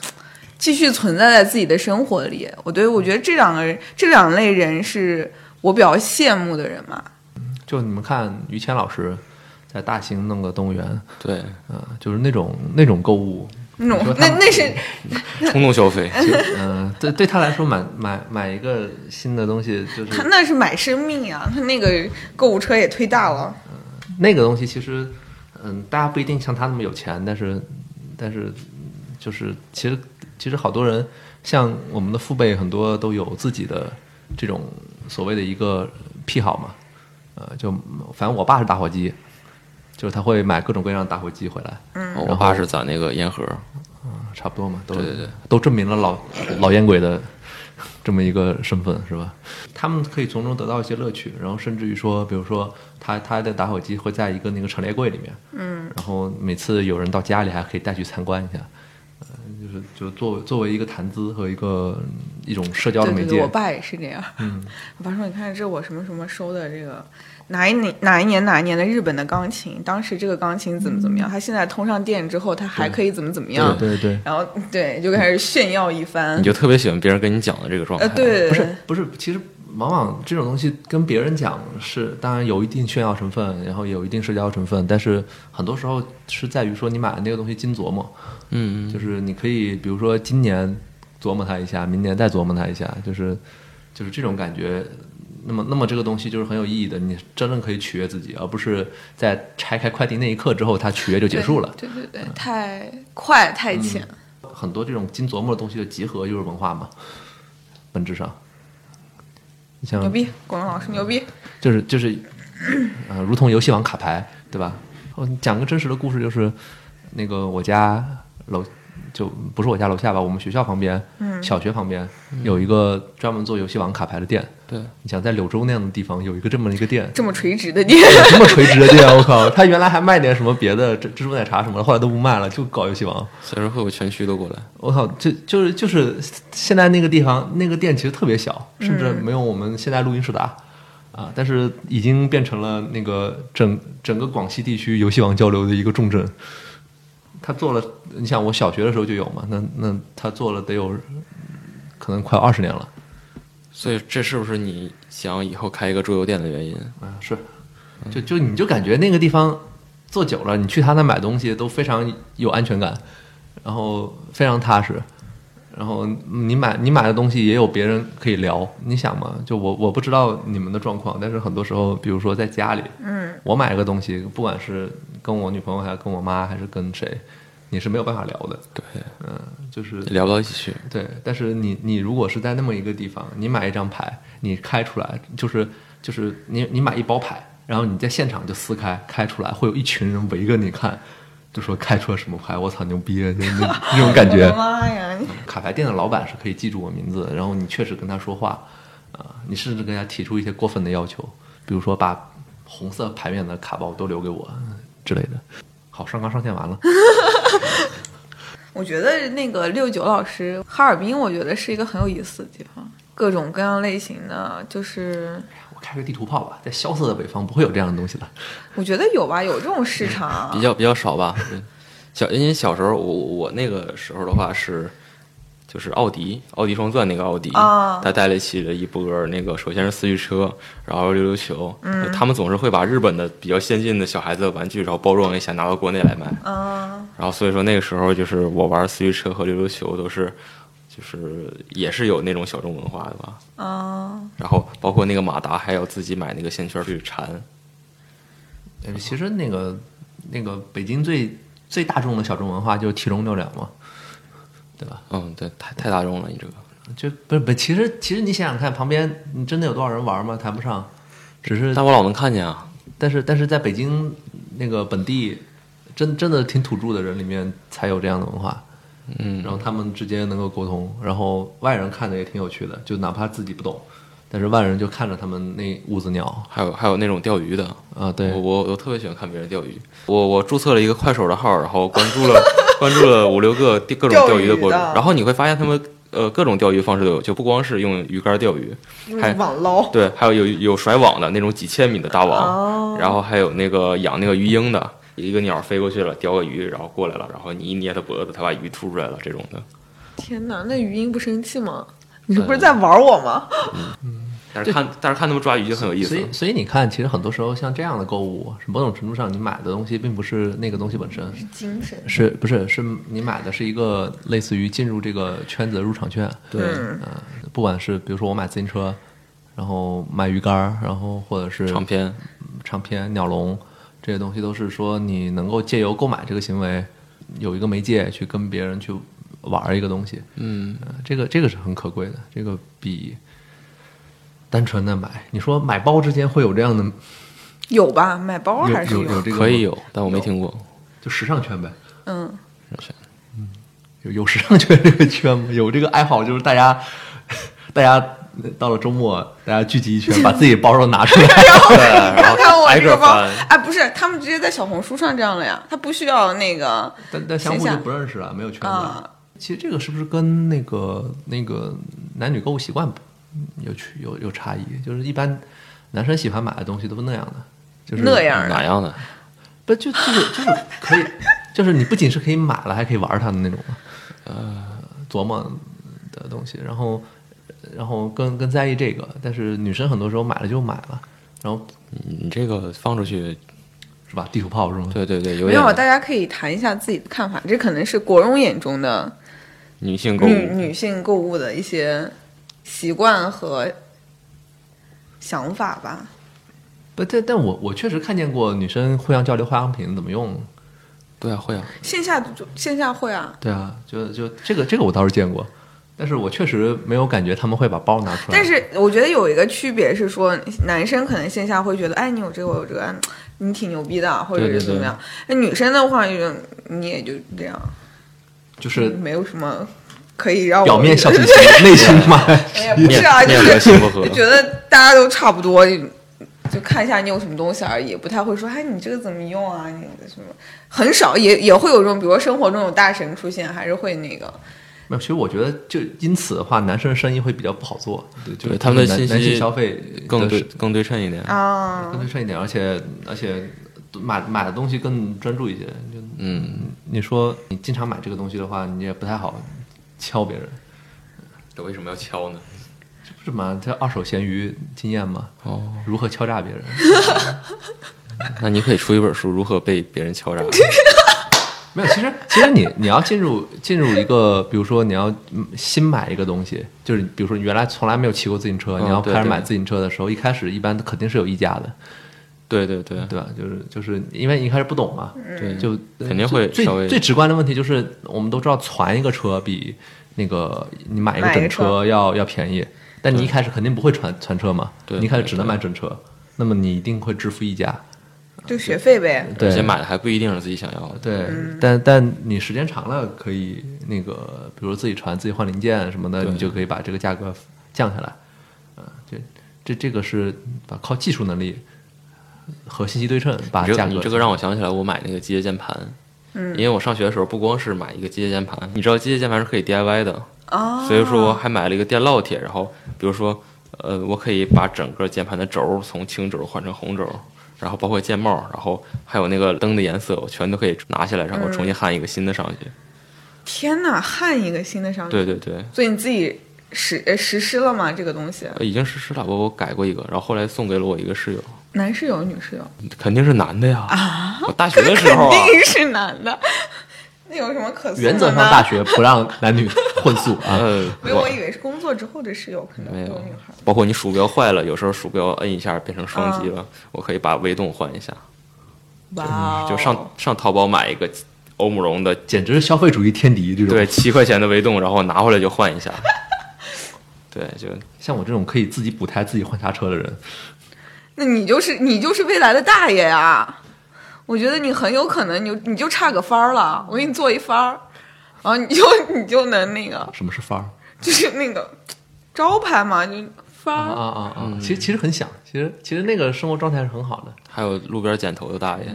Speaker 1: 继续存在在自己的生活里。我对我觉得这两个人，这两类人是我比较羡慕的人嘛。
Speaker 2: 就你们看于谦老师在大兴弄个动物园，
Speaker 3: 对，
Speaker 2: 嗯、就是那种那种购物，
Speaker 1: 那种
Speaker 2: 你说他
Speaker 1: 那
Speaker 2: 们
Speaker 1: 那是
Speaker 3: 冲动消费，
Speaker 2: 嗯、对对他来说买买买一个新的东西，
Speaker 1: [LAUGHS]
Speaker 2: 就是
Speaker 1: 他那是买生命啊，他那个购物车也忒大了。
Speaker 2: 那个东西其实，嗯，大家不一定像他那么有钱，但是，但是，就是其实其实好多人，像我们的父辈，很多都有自己的这种所谓的一个癖好嘛，呃，就反正我爸是打火机，就是他会买各种各样的打火机回来，
Speaker 1: 嗯
Speaker 3: 我爸是攒那个烟盒，
Speaker 2: 差不多嘛，都
Speaker 3: 对对对
Speaker 2: 都证明了老老烟鬼的这么一个身份是吧？他们可以从中得到一些乐趣，然后甚至于说，比如说他他的打火机会在一个那个陈列柜里面，嗯，然后每次有人到家里还可以带去参观一下，呃，就是就作为作为一个谈资和一个一种社交的
Speaker 1: 对
Speaker 2: 媒
Speaker 1: 对
Speaker 2: 介，嗯
Speaker 1: 对，我爸也是这样。 [LAUGHS] 我爸说：“你看，这我什么什么收的这个哪一年哪一年哪一年的日本的钢琴，当时这个钢琴怎么怎么样，它现在通上电之后，它还可以怎么怎么样。
Speaker 2: 嗯对对对”
Speaker 1: 然后对，就开始炫耀一番。
Speaker 3: 你就特别喜欢别人跟你讲的这个状态
Speaker 1: 嗯呃，，对，
Speaker 2: 不是不是，其实往往这种东西跟别人讲是，当然有一定炫耀成分，然后有一定社交成分，但是很多时候是在于说你买的那个东西经琢磨，
Speaker 3: 嗯，嗯
Speaker 2: 就是你可以比如说今年琢磨它一下，明年再琢磨它一下，就是就是这种感觉。那么，那么这个东西就是很有意义的，你真正可以取悦自己，而不是在拆开快递那一刻之后，它取悦就结束了。嗯
Speaker 1: 对对对，太快太浅。
Speaker 2: 很多这种经琢磨的东西的集合就是文化嘛，本质上。你像
Speaker 1: 牛逼，广东老师牛逼！，
Speaker 2: 就是就是，呃，如同游戏王卡牌，对吧？我讲个真实的故事，就是那个我家楼就不是我家楼下吧，我们学校旁边，小学旁边有一个专门做游戏王卡牌的店。
Speaker 3: 对，
Speaker 2: 你想在柳州那样的地方有一个这么一个店
Speaker 1: 这么垂
Speaker 2: [LAUGHS]
Speaker 1: 直的店，
Speaker 2: 有这么垂直的店，我靠！他原来还卖点什么别的蜘蜘蛛奶茶什么的，后来都不卖了，就搞游戏王。
Speaker 3: 所以说会有全区都过来，
Speaker 2: 我靠，就就是就是现在那个地方那个店其实特别小，甚至没有我们现在录音室大、啊，但是已经变成了那个整整个广西地区游戏王交流的一个重镇。他做了，你想我小学的时候就有嘛，那那他做了得有可能快二十年了
Speaker 3: 所以这是不是你想以后开一个桌游店的原因？
Speaker 2: 啊，是，就就你就感觉那个地方做久了，你去他那买东西都非常有安全感，然后非常踏实。然后你买你买的东西也有别人可以聊，你想嘛？就我我不知道你们的状况，但是很多时候，比如说在家里，
Speaker 1: 嗯，
Speaker 2: 我买个东西，不管是跟我女朋友，还是跟我妈，还是跟谁，你是没有办法聊的，
Speaker 3: 对，
Speaker 2: 嗯，就是
Speaker 3: 聊不到一起去，
Speaker 2: 对，但是你你如果是在那么一个地方，你买一张牌，你开出来就是就是你你买一包牌，然后你在现场就撕开，开出来会有一群人围着你看，就说开出了什么牌，我操牛逼啊，就那那种
Speaker 1: [LAUGHS]
Speaker 2: 感
Speaker 1: 我
Speaker 2: 觉
Speaker 1: 的。妈呀！你
Speaker 2: 卡牌店的老板是可以记住我名字，然后你确实跟他说话，啊、你甚至跟他提出一些过分的要求，比如说把红色牌面的卡包都留给我之类的。好，上纲上线完了。
Speaker 1: 我觉得那个六九老师，哈尔滨，我觉得是一个很有意思的地方，各种各样类型的，就是
Speaker 2: 我开个地图炮吧，在萧瑟的北方不会有这样的东西的。
Speaker 1: 我觉得有吧，有这种市场。
Speaker 3: 比较比较少吧。 [LAUGHS] 嗯小因为小时候我我那个时候的话是，就是奥迪奥迪双钻那个奥迪，
Speaker 1: 啊
Speaker 3: 他带了起了一波儿那个，首先是四驱车，然后溜溜球，他们总是会把日本的比较先进的小孩子的玩具，然后包装一下拿到国内来卖。
Speaker 1: 嗯，
Speaker 3: 然后所以说那个时候就是我玩四驱车和溜溜球都是，就是也是有那种小众文化的吧。
Speaker 1: 啊，
Speaker 3: 然后包括那个马达，还要自己买那个线圈去缠。
Speaker 2: 呃，其实那个那个北京最最大众的小众文化就是提笼六两嘛，对吧？
Speaker 3: 嗯，对，太太大众了，你这个。
Speaker 2: 就不是不，其实其实你想想看，旁边你真的有多少人玩吗？谈不上，只是
Speaker 3: 但我老能看见啊。
Speaker 2: 但是但是在北京那个本地，真真的挺土著的人里面才有这样的文化，
Speaker 3: 嗯，
Speaker 2: 然后他们之间能够沟通，然后外人看着也挺有趣的，就哪怕自己不懂，但是外人就看着他们那屋子鸟
Speaker 3: 还有还有那种钓鱼的，
Speaker 2: 啊，对
Speaker 3: 我，我我特别喜欢看别人钓鱼。我我注册了一个快手的号，然后关注了 [LAUGHS] 关注了五六个地各种
Speaker 1: 钓
Speaker 3: 钓鱼的博
Speaker 1: 鱼
Speaker 3: 主，
Speaker 1: 的
Speaker 3: 然后你会发现他们呃各种钓鱼方式都有，就不光是用鱼竿钓鱼，
Speaker 1: 用
Speaker 3: 还
Speaker 1: 嗯网捞。
Speaker 3: 对，还有有有甩网的那种几千米的大网，
Speaker 1: 哦，
Speaker 3: 然后还有那个养那个鱼鹰的，一个鸟飞过去了叼个鱼，然后过来了，然后你一捏它脖子，它把鱼吐出来了这种的。
Speaker 1: 天哪，那语音不生气吗？你这不是在玩我吗？
Speaker 3: 但是看但是看他们抓鱼就很有意思
Speaker 2: 所。以，所以你看，其实很多时候像这样的购物，是某种程度上你买的东西并不是那个东西本身，
Speaker 1: [LAUGHS] 精神。
Speaker 2: 是不是？是你买的是一个类似于进入这个圈子的入场券。
Speaker 4: 对
Speaker 1: 嗯
Speaker 2: 呃，不管是比如说我买自行车，然后买鱼竿儿，然后或者是
Speaker 3: 唱片
Speaker 2: 唱片、鸟笼这些东西，都是说你能够借由购买这个行为，有一个媒介去跟别人去玩儿一个东西。
Speaker 3: 嗯，
Speaker 2: 呃这个这个是很可贵的，这个比单纯的买，你说买包之间会有这样的
Speaker 1: 有吧？买包还是
Speaker 2: 有有有这个
Speaker 3: 可以
Speaker 2: 吗
Speaker 3: 有，但我没听过。
Speaker 2: 就时尚圈呗，
Speaker 1: 嗯，
Speaker 2: 有有时尚圈这个圈吗？有这个爱好，就是大家大家呃到了周末，大家聚集一圈，把自己包都拿
Speaker 1: [LAUGHS]
Speaker 2: 出来。
Speaker 3: 对，然
Speaker 1: 看
Speaker 3: 后
Speaker 1: 看我
Speaker 3: 挨
Speaker 1: 这个
Speaker 3: 个
Speaker 1: 包
Speaker 3: 翻，，
Speaker 1: 哎，不是，他们直接在小红书上这样了呀，他不需要那个，
Speaker 2: 但但相互
Speaker 1: 线
Speaker 2: 就
Speaker 1: 下
Speaker 2: 不认识了，没有圈子。
Speaker 1: 啊
Speaker 2: 其实这个是不是跟那个那个男女购物习惯不有区有有差异？就是一般男生喜欢买的东西都是那样的，就是
Speaker 1: 那样
Speaker 3: 哪样的？
Speaker 2: 不就就是就是可以，就是你不仅是可以买了，还可以玩它的那种，呃，琢磨的东西。然后，然后更更在意这个，但是女生很多时候买了就买了，然后
Speaker 3: 你这个放出去，
Speaker 2: 是吧？地图炮是吗？
Speaker 3: 对对对，有
Speaker 1: 没有，大
Speaker 3: 点
Speaker 1: 家可以谈一下自己的看法，这可能是国荣眼中的
Speaker 3: 女性购
Speaker 1: 女
Speaker 3: 物。
Speaker 1: 女性购物的一些习惯和想法吧。
Speaker 2: 不，但但我我确实看见过女生互相交流化妆品怎么用。
Speaker 3: 对啊，会啊，
Speaker 1: 线下就线下会啊，
Speaker 2: 对啊，就就这个这个我倒是见过，但是我确实没有感觉他们会把包拿出来。
Speaker 1: 但是我觉得有一个区别是说，男生可能线下会觉得，哎，你有这个，我有这个，嗯你挺牛逼的，或者
Speaker 3: 对对
Speaker 1: 是
Speaker 3: 对
Speaker 1: 怎么样。那女生的话，就是你也就这样，
Speaker 2: 就是
Speaker 1: 没有什么可以让我
Speaker 2: 表面笑嘻
Speaker 1: 觉
Speaker 3: [LAUGHS]
Speaker 1: 得 [LAUGHS]
Speaker 2: 嘻，内心嘛，
Speaker 1: 哎呀，不 [LAUGHS] 是啊，就
Speaker 3: 面面和
Speaker 1: 是
Speaker 3: 心不
Speaker 1: [LAUGHS]
Speaker 3: 和
Speaker 1: 就。
Speaker 3: [LAUGHS]
Speaker 1: 觉得大家都差不多，就看一下你有什么东西而已，不太会说，哎，你这个怎么用啊？你的什么很少，也也会有这种，比如说生活中有大神出现，还是会那个，
Speaker 2: 没有，其实我觉得就因此的话，男生生意会比较不好做，对，就是
Speaker 3: 对他们的
Speaker 2: 男
Speaker 3: 信息
Speaker 2: 男性消费
Speaker 3: 更对
Speaker 2: 对
Speaker 3: 更对称一点。
Speaker 1: 啊，
Speaker 2: 更对称一点，而且而且买买的东西更专注一些。就
Speaker 3: 嗯，
Speaker 2: 你说你经常买这个东西的话，你也不太好敲别人，
Speaker 3: 这为什么要敲呢？
Speaker 2: 这不是嘛？这二手闲鱼经验嘛？
Speaker 3: 哦，
Speaker 2: 如何敲诈别人？ [LAUGHS]
Speaker 3: 那你可以出一本书，如何被别人
Speaker 1: [LAUGHS]
Speaker 3: 敲诈？
Speaker 2: 没有，其实其实你你要进入进入一个，比如说你要嗯新买一个东西，就是比如说你原来从来没有骑过自行车，
Speaker 3: 嗯
Speaker 2: 你要
Speaker 3: 对
Speaker 2: 开始
Speaker 3: 对
Speaker 2: 买自行车的时候，一开始一般肯定是有溢价的，
Speaker 3: 对对 [LAUGHS] 对，
Speaker 2: 对吧？就是就是因为你一开始不懂嘛，
Speaker 1: 嗯
Speaker 3: 对
Speaker 2: 就
Speaker 3: 嗯肯定会
Speaker 2: 最
Speaker 3: 稍微
Speaker 2: 最最直观的问题就是，我们都知道传一个车比那个你买一个
Speaker 1: 买一
Speaker 2: 整
Speaker 1: 个
Speaker 2: 车要要便宜，但你一开始肯定不会传传车嘛，
Speaker 3: 对
Speaker 2: 你一开始只能买整车，那么你一定会支付溢价，
Speaker 1: 就学费呗。
Speaker 2: 对，
Speaker 3: 而且买的还不一定是自己想要的。
Speaker 2: 对，
Speaker 1: 嗯
Speaker 2: 但但你时间长了，可以那个，比如自己传、自己换零件什么的，
Speaker 3: 对
Speaker 2: 你就可以把这个价格降下来。啊，这这这个是把靠技术能力和信息对称把
Speaker 3: 你这
Speaker 2: 啊价
Speaker 3: 你
Speaker 2: 格。
Speaker 3: 这个让我想起来，我买那个机械键盘。嗯，因为我上学的时候不光是买一个机械键盘，你知道机械键盘是可以 DIY 的，
Speaker 1: 啊，
Speaker 3: 所以说我还买了一个电烙铁，然后比如说，呃，我可以把整个键盘的轴儿从青轴换成红轴，然后包括键帽，然后还有那个灯的颜色，我全都可以拿下来，然后
Speaker 1: 嗯
Speaker 3: 重新焊一个新的上去。
Speaker 1: 天哪，焊一个新的商品，
Speaker 3: 对对对，
Speaker 1: 所以你自己实呃实施了吗？这个东西，
Speaker 3: 呃已经实施了，我我改过一个，然后后来送给了我一个室友，
Speaker 1: 男室友、女室友，
Speaker 3: 肯定是男的呀。我大学
Speaker 1: 肯
Speaker 3: 的时候啊，
Speaker 1: 定是男的， [LAUGHS] 那有什么可送的呢
Speaker 2: 哦 [LAUGHS] 原则上，大学不让男女混宿 [LAUGHS] 啊。
Speaker 3: 呃，
Speaker 1: 没有，我以为是工作之后的室友，可能
Speaker 3: 没
Speaker 1: 会
Speaker 3: 有
Speaker 1: 有女孩。，
Speaker 3: 包括你鼠标坏了，有时候鼠标摁一下变成双击了，我可以把微动换一下，
Speaker 1: 嗯哇哦，
Speaker 3: 就上上淘宝买一个欧姆龙的，
Speaker 2: 简直是消费主义天敌！这种
Speaker 3: 对，， [LAUGHS] 七块钱的微动，然后拿回来就换
Speaker 1: [LAUGHS]
Speaker 3: 一下。对，就
Speaker 2: 像我这种可以自己补胎、自己换刹车的人，
Speaker 1: 那你就是你就是未来的大爷呀！我觉得你很有可能你就你就差个番儿了，我给你做一番儿，然后你就 [LAUGHS] 你就能那个
Speaker 2: 什么是范儿？
Speaker 1: 就是那个招牌嘛，就番儿。
Speaker 2: 啊啊啊啊！其实其实很想，其实其实那个生活状态是很好的。
Speaker 3: 还有路边剪头的大爷，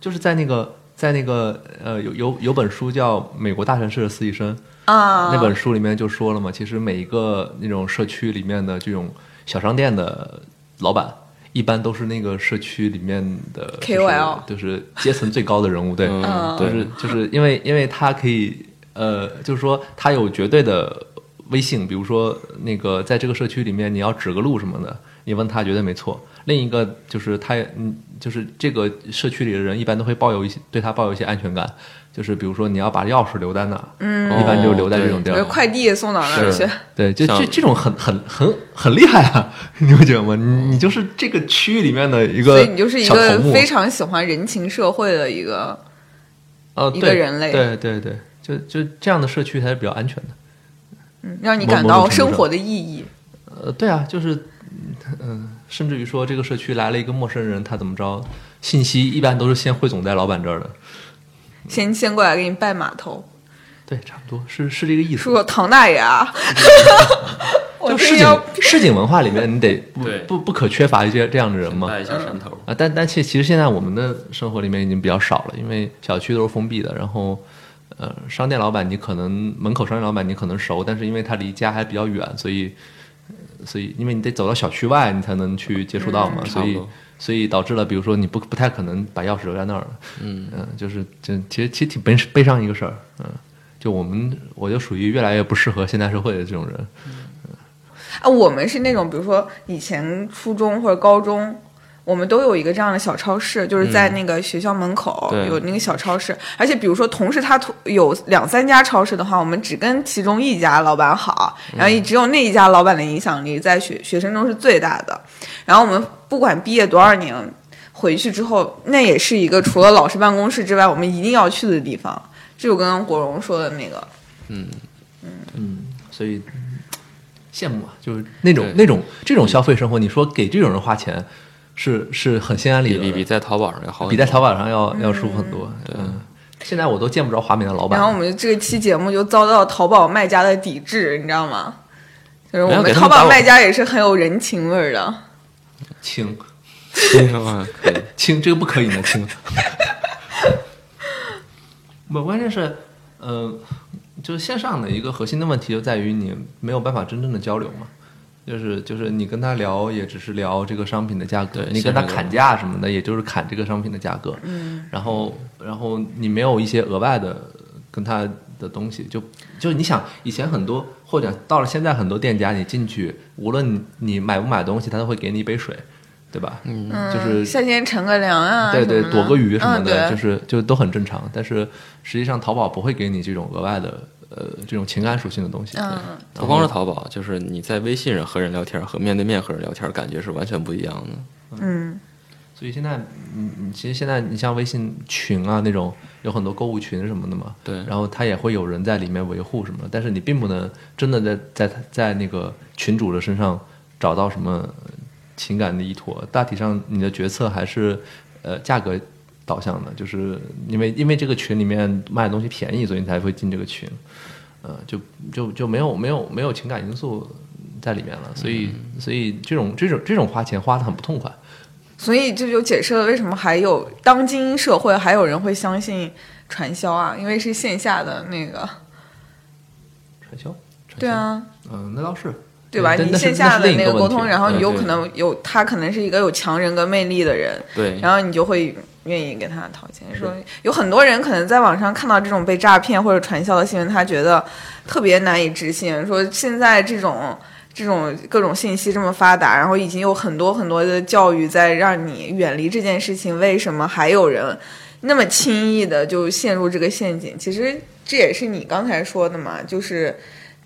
Speaker 2: 就是在那个在那个呃有有有本书叫《美国大城市的实习生》
Speaker 1: 啊
Speaker 2: 那本书里面就说了嘛，其实每一个那种社区里面的这种小商店的老板，一般都是那个社区里面的就是
Speaker 1: KOL
Speaker 2: 就是阶层最高的人物，对，
Speaker 3: 嗯
Speaker 2: 就
Speaker 3: 对
Speaker 2: 是就是因为因为他可以呃，就是说它有绝对的威信，比如说那个在这个社区里面你要指个路什么的，你问他绝对没错。另一个就是他，嗯，就是这个社区里的人一般都会抱有一些对他抱有一些安全感，就是比如说你要把钥匙留在哪儿，
Speaker 3: 一
Speaker 2: 一般就留在这种地
Speaker 1: 我
Speaker 2: 儿。
Speaker 1: 觉得嗯快递送到那儿
Speaker 2: 是
Speaker 1: 去，
Speaker 2: 对，就
Speaker 3: 哦像
Speaker 2: 这这种很很很很厉害啊！ [LAUGHS] 你会觉得吗？你你就是这个区域里面的一个
Speaker 1: 所
Speaker 2: 小
Speaker 1: 以你就是一
Speaker 2: 头
Speaker 1: 个
Speaker 2: 目
Speaker 1: 非常喜欢人情社会的一个。
Speaker 2: 呃
Speaker 1: 一个
Speaker 2: 对
Speaker 1: 人类
Speaker 2: 对对对，就就这样的社区才是比较安全的。
Speaker 1: 嗯让你
Speaker 2: 某
Speaker 1: 感
Speaker 2: 某种
Speaker 1: 到
Speaker 2: 程度
Speaker 1: 生
Speaker 2: 上
Speaker 1: 活的意义。
Speaker 2: 呃，对啊，就是嗯、甚至于说这个社区来了一个陌生人，他怎么着，信息一般都是先汇总在老板这儿的。
Speaker 1: 先先过来给你拜码头，
Speaker 2: 对，差不多是是这个意思。
Speaker 1: 说唐大爷
Speaker 2: [LAUGHS]
Speaker 1: 啊， [LAUGHS] 我
Speaker 2: 就
Speaker 1: 这
Speaker 2: 市
Speaker 1: 个
Speaker 2: 井
Speaker 1: 要
Speaker 2: 市井文化里面，你得不
Speaker 3: 对
Speaker 2: 不不可缺乏一些这样的人嘛。
Speaker 3: 带一下山头。
Speaker 2: 啊，但但其其实现在我们的生活里面已经比较少了，因为小区都是封闭的，然后。呃，商店老板你可能门口商店老板你可能熟，但是因为他离家还比较远，所以，呃所以因为你得走到小区外你才能去接触到嘛，
Speaker 3: 嗯
Speaker 2: 所
Speaker 3: 差
Speaker 2: 以
Speaker 3: 不多
Speaker 2: 所以导致了，比如说你不不太可能把钥匙留在那儿了，
Speaker 3: 嗯，
Speaker 2: 嗯，就是就其实其实挺悲悲伤一个事儿，嗯，就我们我就属于越来越不适合现代社会的这种人，
Speaker 1: 啊，我们是那种，比如说以前初中或者高中，我们都有一个这样的小超市，就是在那个学校门口、
Speaker 3: 对
Speaker 1: 有那个小超市。而且比如说同事他同有两三家超市的话，我们只跟其中一家老板好，然后也只有那一家老板的影响力在学学生中是最大的。然后我们不管毕业多少年。回去之后，那也是一个除了老师办公室之外，我们一定要去的地方。这就跟国荣说的那个，
Speaker 2: 所以
Speaker 3: 嗯
Speaker 2: 羡慕啊，就是那种
Speaker 3: 对
Speaker 2: 那种这种消费生活，你说给这种人花钱是是很心安理
Speaker 3: 比
Speaker 2: 得
Speaker 3: 比
Speaker 2: 的，
Speaker 3: 比在淘宝上要好很多，
Speaker 2: 嗯比在淘宝上要要舒服很多。嗯，现在我都见不着华美的老板
Speaker 1: 然后我
Speaker 2: 了，
Speaker 1: 们这期节目就遭到淘宝卖家的抵制，你知道吗？就是
Speaker 3: 没
Speaker 1: 我
Speaker 3: 有
Speaker 1: 们
Speaker 3: 给他
Speaker 1: 淘
Speaker 3: 们打
Speaker 1: 宝
Speaker 3: 我
Speaker 1: 卖家也是很有人情味儿的。
Speaker 2: 亲
Speaker 3: [LAUGHS] 嗯可以
Speaker 2: 亲，这个不可以呢，亲。 [LAUGHS] 不，关键是，呃，就是线上的一个核心的问题就在于你没有办法真正的交流嘛。就是就是你跟他聊，也只是聊这个商品的价格，
Speaker 3: 对
Speaker 2: 你跟他
Speaker 3: 线上
Speaker 2: 砍价什么的，也就是砍这个商品的价格。嗯，然后然后你没有一些额外的跟他的东西，就就你想以前很多或者到了现在很多店家，你进去无论你你买不买东西，他都会给你一杯水，对吧？嗯，就是
Speaker 1: 夏天乘个凉啊，
Speaker 2: 对对
Speaker 1: 什，么的
Speaker 2: 躲个鱼什么
Speaker 1: 嗯、
Speaker 2: 的，
Speaker 1: 对
Speaker 2: 就是就都很正常。但是实际上，淘宝不会给你这种额外的呃这种情感属性的东西。
Speaker 1: 嗯
Speaker 2: 对
Speaker 3: 不光是淘宝，就是你在微信上和人聊天和面对面和人聊天感觉是完全不一样的。
Speaker 1: 嗯，
Speaker 2: 所以现在，嗯，嗯其实现在你像微信群啊那种，有很多购物群什么的嘛，
Speaker 3: 对
Speaker 2: 然后他也会有人在里面维护什么的，但是你并不能真的在在在那个群主的身上找到什么情感的依托，大体上你的决策还是呃价格导向的，就是因为因为这个群里面卖的东西便宜，所以你才会进这个群，呃，就就就没有没有没有情感因素在里面了，所以、所以这种这种这种花钱花的很不痛快。
Speaker 1: 所以这就解释了为什么还有当今社会还有人会相信传销啊，因为是线下的那个，
Speaker 2: 传销，传销
Speaker 1: 对，啊，
Speaker 2: 嗯，那倒是，
Speaker 1: 对吧？
Speaker 2: 那
Speaker 1: 你
Speaker 2: 那是
Speaker 1: 线下
Speaker 2: 那
Speaker 1: 的
Speaker 2: 是另
Speaker 1: 那
Speaker 2: 一个
Speaker 1: 沟通，
Speaker 2: 问题
Speaker 1: 然后你
Speaker 3: 嗯
Speaker 1: 有
Speaker 3: 对
Speaker 1: 可能有他可能是一个有强人格魅力的人，
Speaker 3: 对，
Speaker 1: 然后你就会愿意给他掏钱。说有很多人可能在网上看到这种被诈骗或者传销的新闻，他觉得特别难以置信。说现在这种这种各种信息这么发达，然后已经有很多很多的教育在让你远离这件事情，为什么还有人那么轻易的就陷入这个陷阱？其实这也是你刚才说的嘛，就是。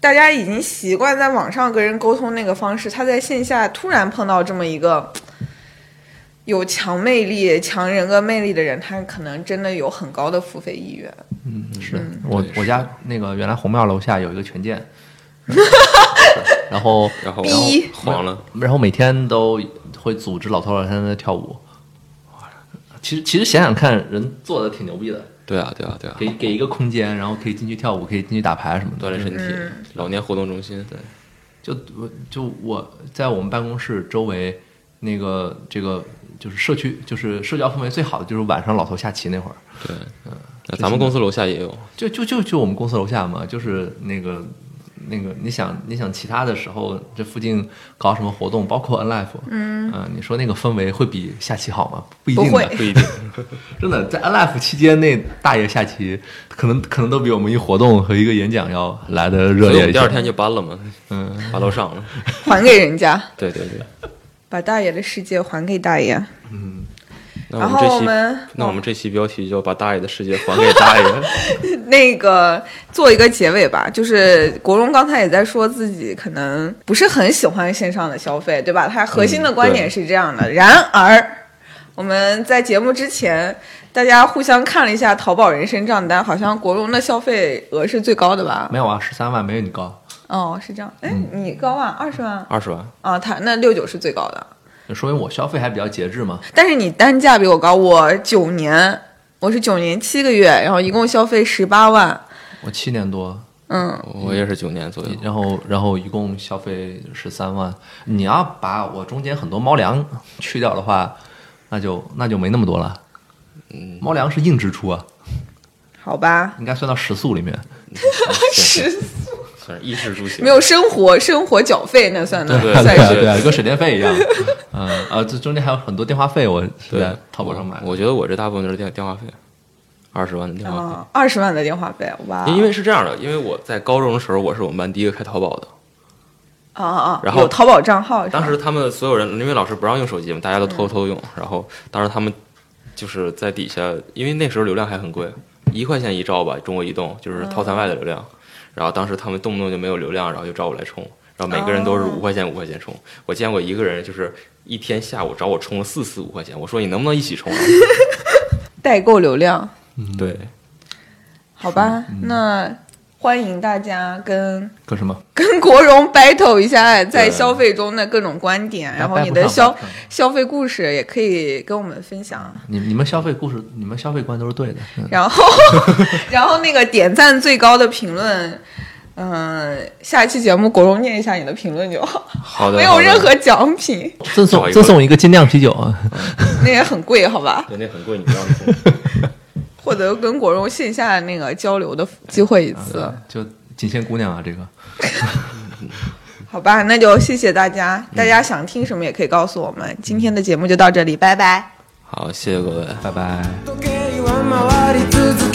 Speaker 1: 大家已经习惯在网上跟人沟通那个方式，他在线下突然碰到这么一个有强魅力、强人格魅力的人，他可能真的有很高的付费意愿。
Speaker 2: 嗯，是我
Speaker 3: 对
Speaker 2: 我家那个原来红庙楼下有一个权健，
Speaker 1: [LAUGHS]
Speaker 2: 嗯是然后
Speaker 3: 然后
Speaker 1: 逼
Speaker 3: 黄了，
Speaker 2: 然后每天都会组织老头老太太在跳舞。其实其实想想看，人做的挺牛逼的，
Speaker 3: 对啊，对啊，对啊，
Speaker 2: 给给一个空间，然后可以进去跳舞，可以进去打牌什么
Speaker 3: 锻
Speaker 2: 的，
Speaker 3: 炼身体，
Speaker 1: 嗯
Speaker 3: 老年活动中心，对，
Speaker 2: 就我就我在我们办公室周围那个这个就是社区就是社交氛围最好的就是晚上老头下棋那会儿。
Speaker 3: 对，那咱们公司楼下也有，
Speaker 2: 就就就就我们公司楼下嘛，就是那个那个你想你想其他的时候，这附近搞什么活动，包括 N Life，
Speaker 1: [LAUGHS]
Speaker 2: 嗯、呃，你说那个氛围会比下棋好吗？不一定
Speaker 1: 不
Speaker 2: 的
Speaker 1: 会，
Speaker 3: 不
Speaker 2: [LAUGHS]
Speaker 3: 一定。
Speaker 2: 真的在 N Life E 期间内，大爷下棋可能可能都比我们一活动和一个演讲要来的热
Speaker 3: 所以我
Speaker 2: 烈一
Speaker 3: 们
Speaker 2: 些。
Speaker 3: 第二天就
Speaker 2: [LAUGHS]
Speaker 3: 搬了嘛，
Speaker 2: 嗯，
Speaker 3: 搬到上了。
Speaker 1: 还给人家，
Speaker 3: 对对对。
Speaker 1: 把大爷的世界还给大爷。
Speaker 3: 那
Speaker 1: 然
Speaker 3: 我
Speaker 1: 后
Speaker 3: 们这
Speaker 1: 我
Speaker 3: 期，
Speaker 1: 们哦
Speaker 3: 那我们这期标题就把大爷的世界
Speaker 1: [LAUGHS]
Speaker 3: 还给大爷。
Speaker 1: 那个做一个结尾吧，就是国荣刚才也在说自己可能不是很喜欢线上的消费，对吧？他核心的观点是这样的。然而，我们在节目之前，大家互相看了一下淘宝人参账单，好像国荣的消费额是最高的吧？
Speaker 2: 没有啊，十三万没有你高。
Speaker 1: 哦，是这样。哎，你高啊，二十万
Speaker 3: 二十万，
Speaker 1: 啊？他那六九是最高的，
Speaker 2: 说明我消费还比较节制嘛，
Speaker 1: 但是你单价比我高，我九年，我是九年七个月，然后一共消费十八万，
Speaker 2: 我七年多，
Speaker 1: 嗯。
Speaker 3: 我也是九年左右。
Speaker 2: 然后然后一共消费十三万。你要把我中间很多猫粮去掉的话，那就那就没那么多了。嗯，猫粮是硬支出啊，
Speaker 1: 好吧，
Speaker 2: 应该算到食宿里面。 [LAUGHS]
Speaker 3: 是
Speaker 1: 是
Speaker 3: 算是衣食住行。
Speaker 1: 没有生活生活缴费那算的
Speaker 3: 对
Speaker 2: 啊
Speaker 1: 算
Speaker 2: 对啊
Speaker 1: 是
Speaker 2: 对啊，跟水电费一样。嗯啊，这中间还有很多电话费，我是
Speaker 3: 对
Speaker 2: 在淘宝上买的。
Speaker 3: 我觉得我这大部分都是电电话费，二十万的电话
Speaker 1: 啊，二十万的电话费哇！
Speaker 3: 费。因为是这样的，因为我在高中的时候，我是我们班第一个开淘宝的。
Speaker 1: 啊啊啊，
Speaker 3: 然后
Speaker 1: 有淘宝账号是吧，
Speaker 3: [LAUGHS] 当时他们所有人，因为老师不让用手机嘛，大家都
Speaker 1: 嗯
Speaker 3: 偷偷用。然后当时他们就是在底下，因为那时候流量还很贵，一块钱一兆吧，中国移动就是
Speaker 1: 嗯
Speaker 3: 套餐外的流量。然后当时他们动不动就没有流量，然后就找我来充，然后每个人都是
Speaker 1: 哦
Speaker 3: 五块钱五块钱充。我见过一个人就是一天下午找我充了四次五块钱，我说你能不能一起充啊？
Speaker 1: 代购流量，
Speaker 2: 嗯
Speaker 3: 对，
Speaker 1: 好吧，那欢迎大家跟 [LAUGHS]
Speaker 2: 跟什么？
Speaker 1: 跟国荣 battle 一下在
Speaker 3: 对
Speaker 1: 消费中的各种观
Speaker 3: 嗯
Speaker 1: 点，然后
Speaker 2: 掰
Speaker 1: 你
Speaker 2: 不
Speaker 1: 的
Speaker 2: 上
Speaker 1: 消
Speaker 2: 掰不上
Speaker 1: 消费故事也可以跟我们分享。
Speaker 2: 你你们消费故事，你们消费观都是对的。
Speaker 3: [LAUGHS]
Speaker 2: 嗯
Speaker 1: 然后， [LAUGHS] 然后那个点赞最高的评论，嗯、下一期节目国荣念一下你的评论就好，
Speaker 3: 好的，
Speaker 1: 没有
Speaker 3: 好的
Speaker 1: 任何奖品，
Speaker 2: 赠
Speaker 3: 找
Speaker 2: 送
Speaker 3: 一个
Speaker 2: 赠送一个精酿啤酒啊！
Speaker 1: 那也很贵，好吧？
Speaker 3: 对，那很贵，你不让充。
Speaker 1: 获得跟国荣线下那个交流的机会一次，
Speaker 2: [LAUGHS] 就锦仙姑娘啊，这个
Speaker 1: 好吧？那就谢谢大家，大家想听什么也可以告诉我们。今天的节目就到这里，拜拜。
Speaker 3: 好，谢谢各位。
Speaker 2: 拜拜。
Speaker 4: 時計は回り続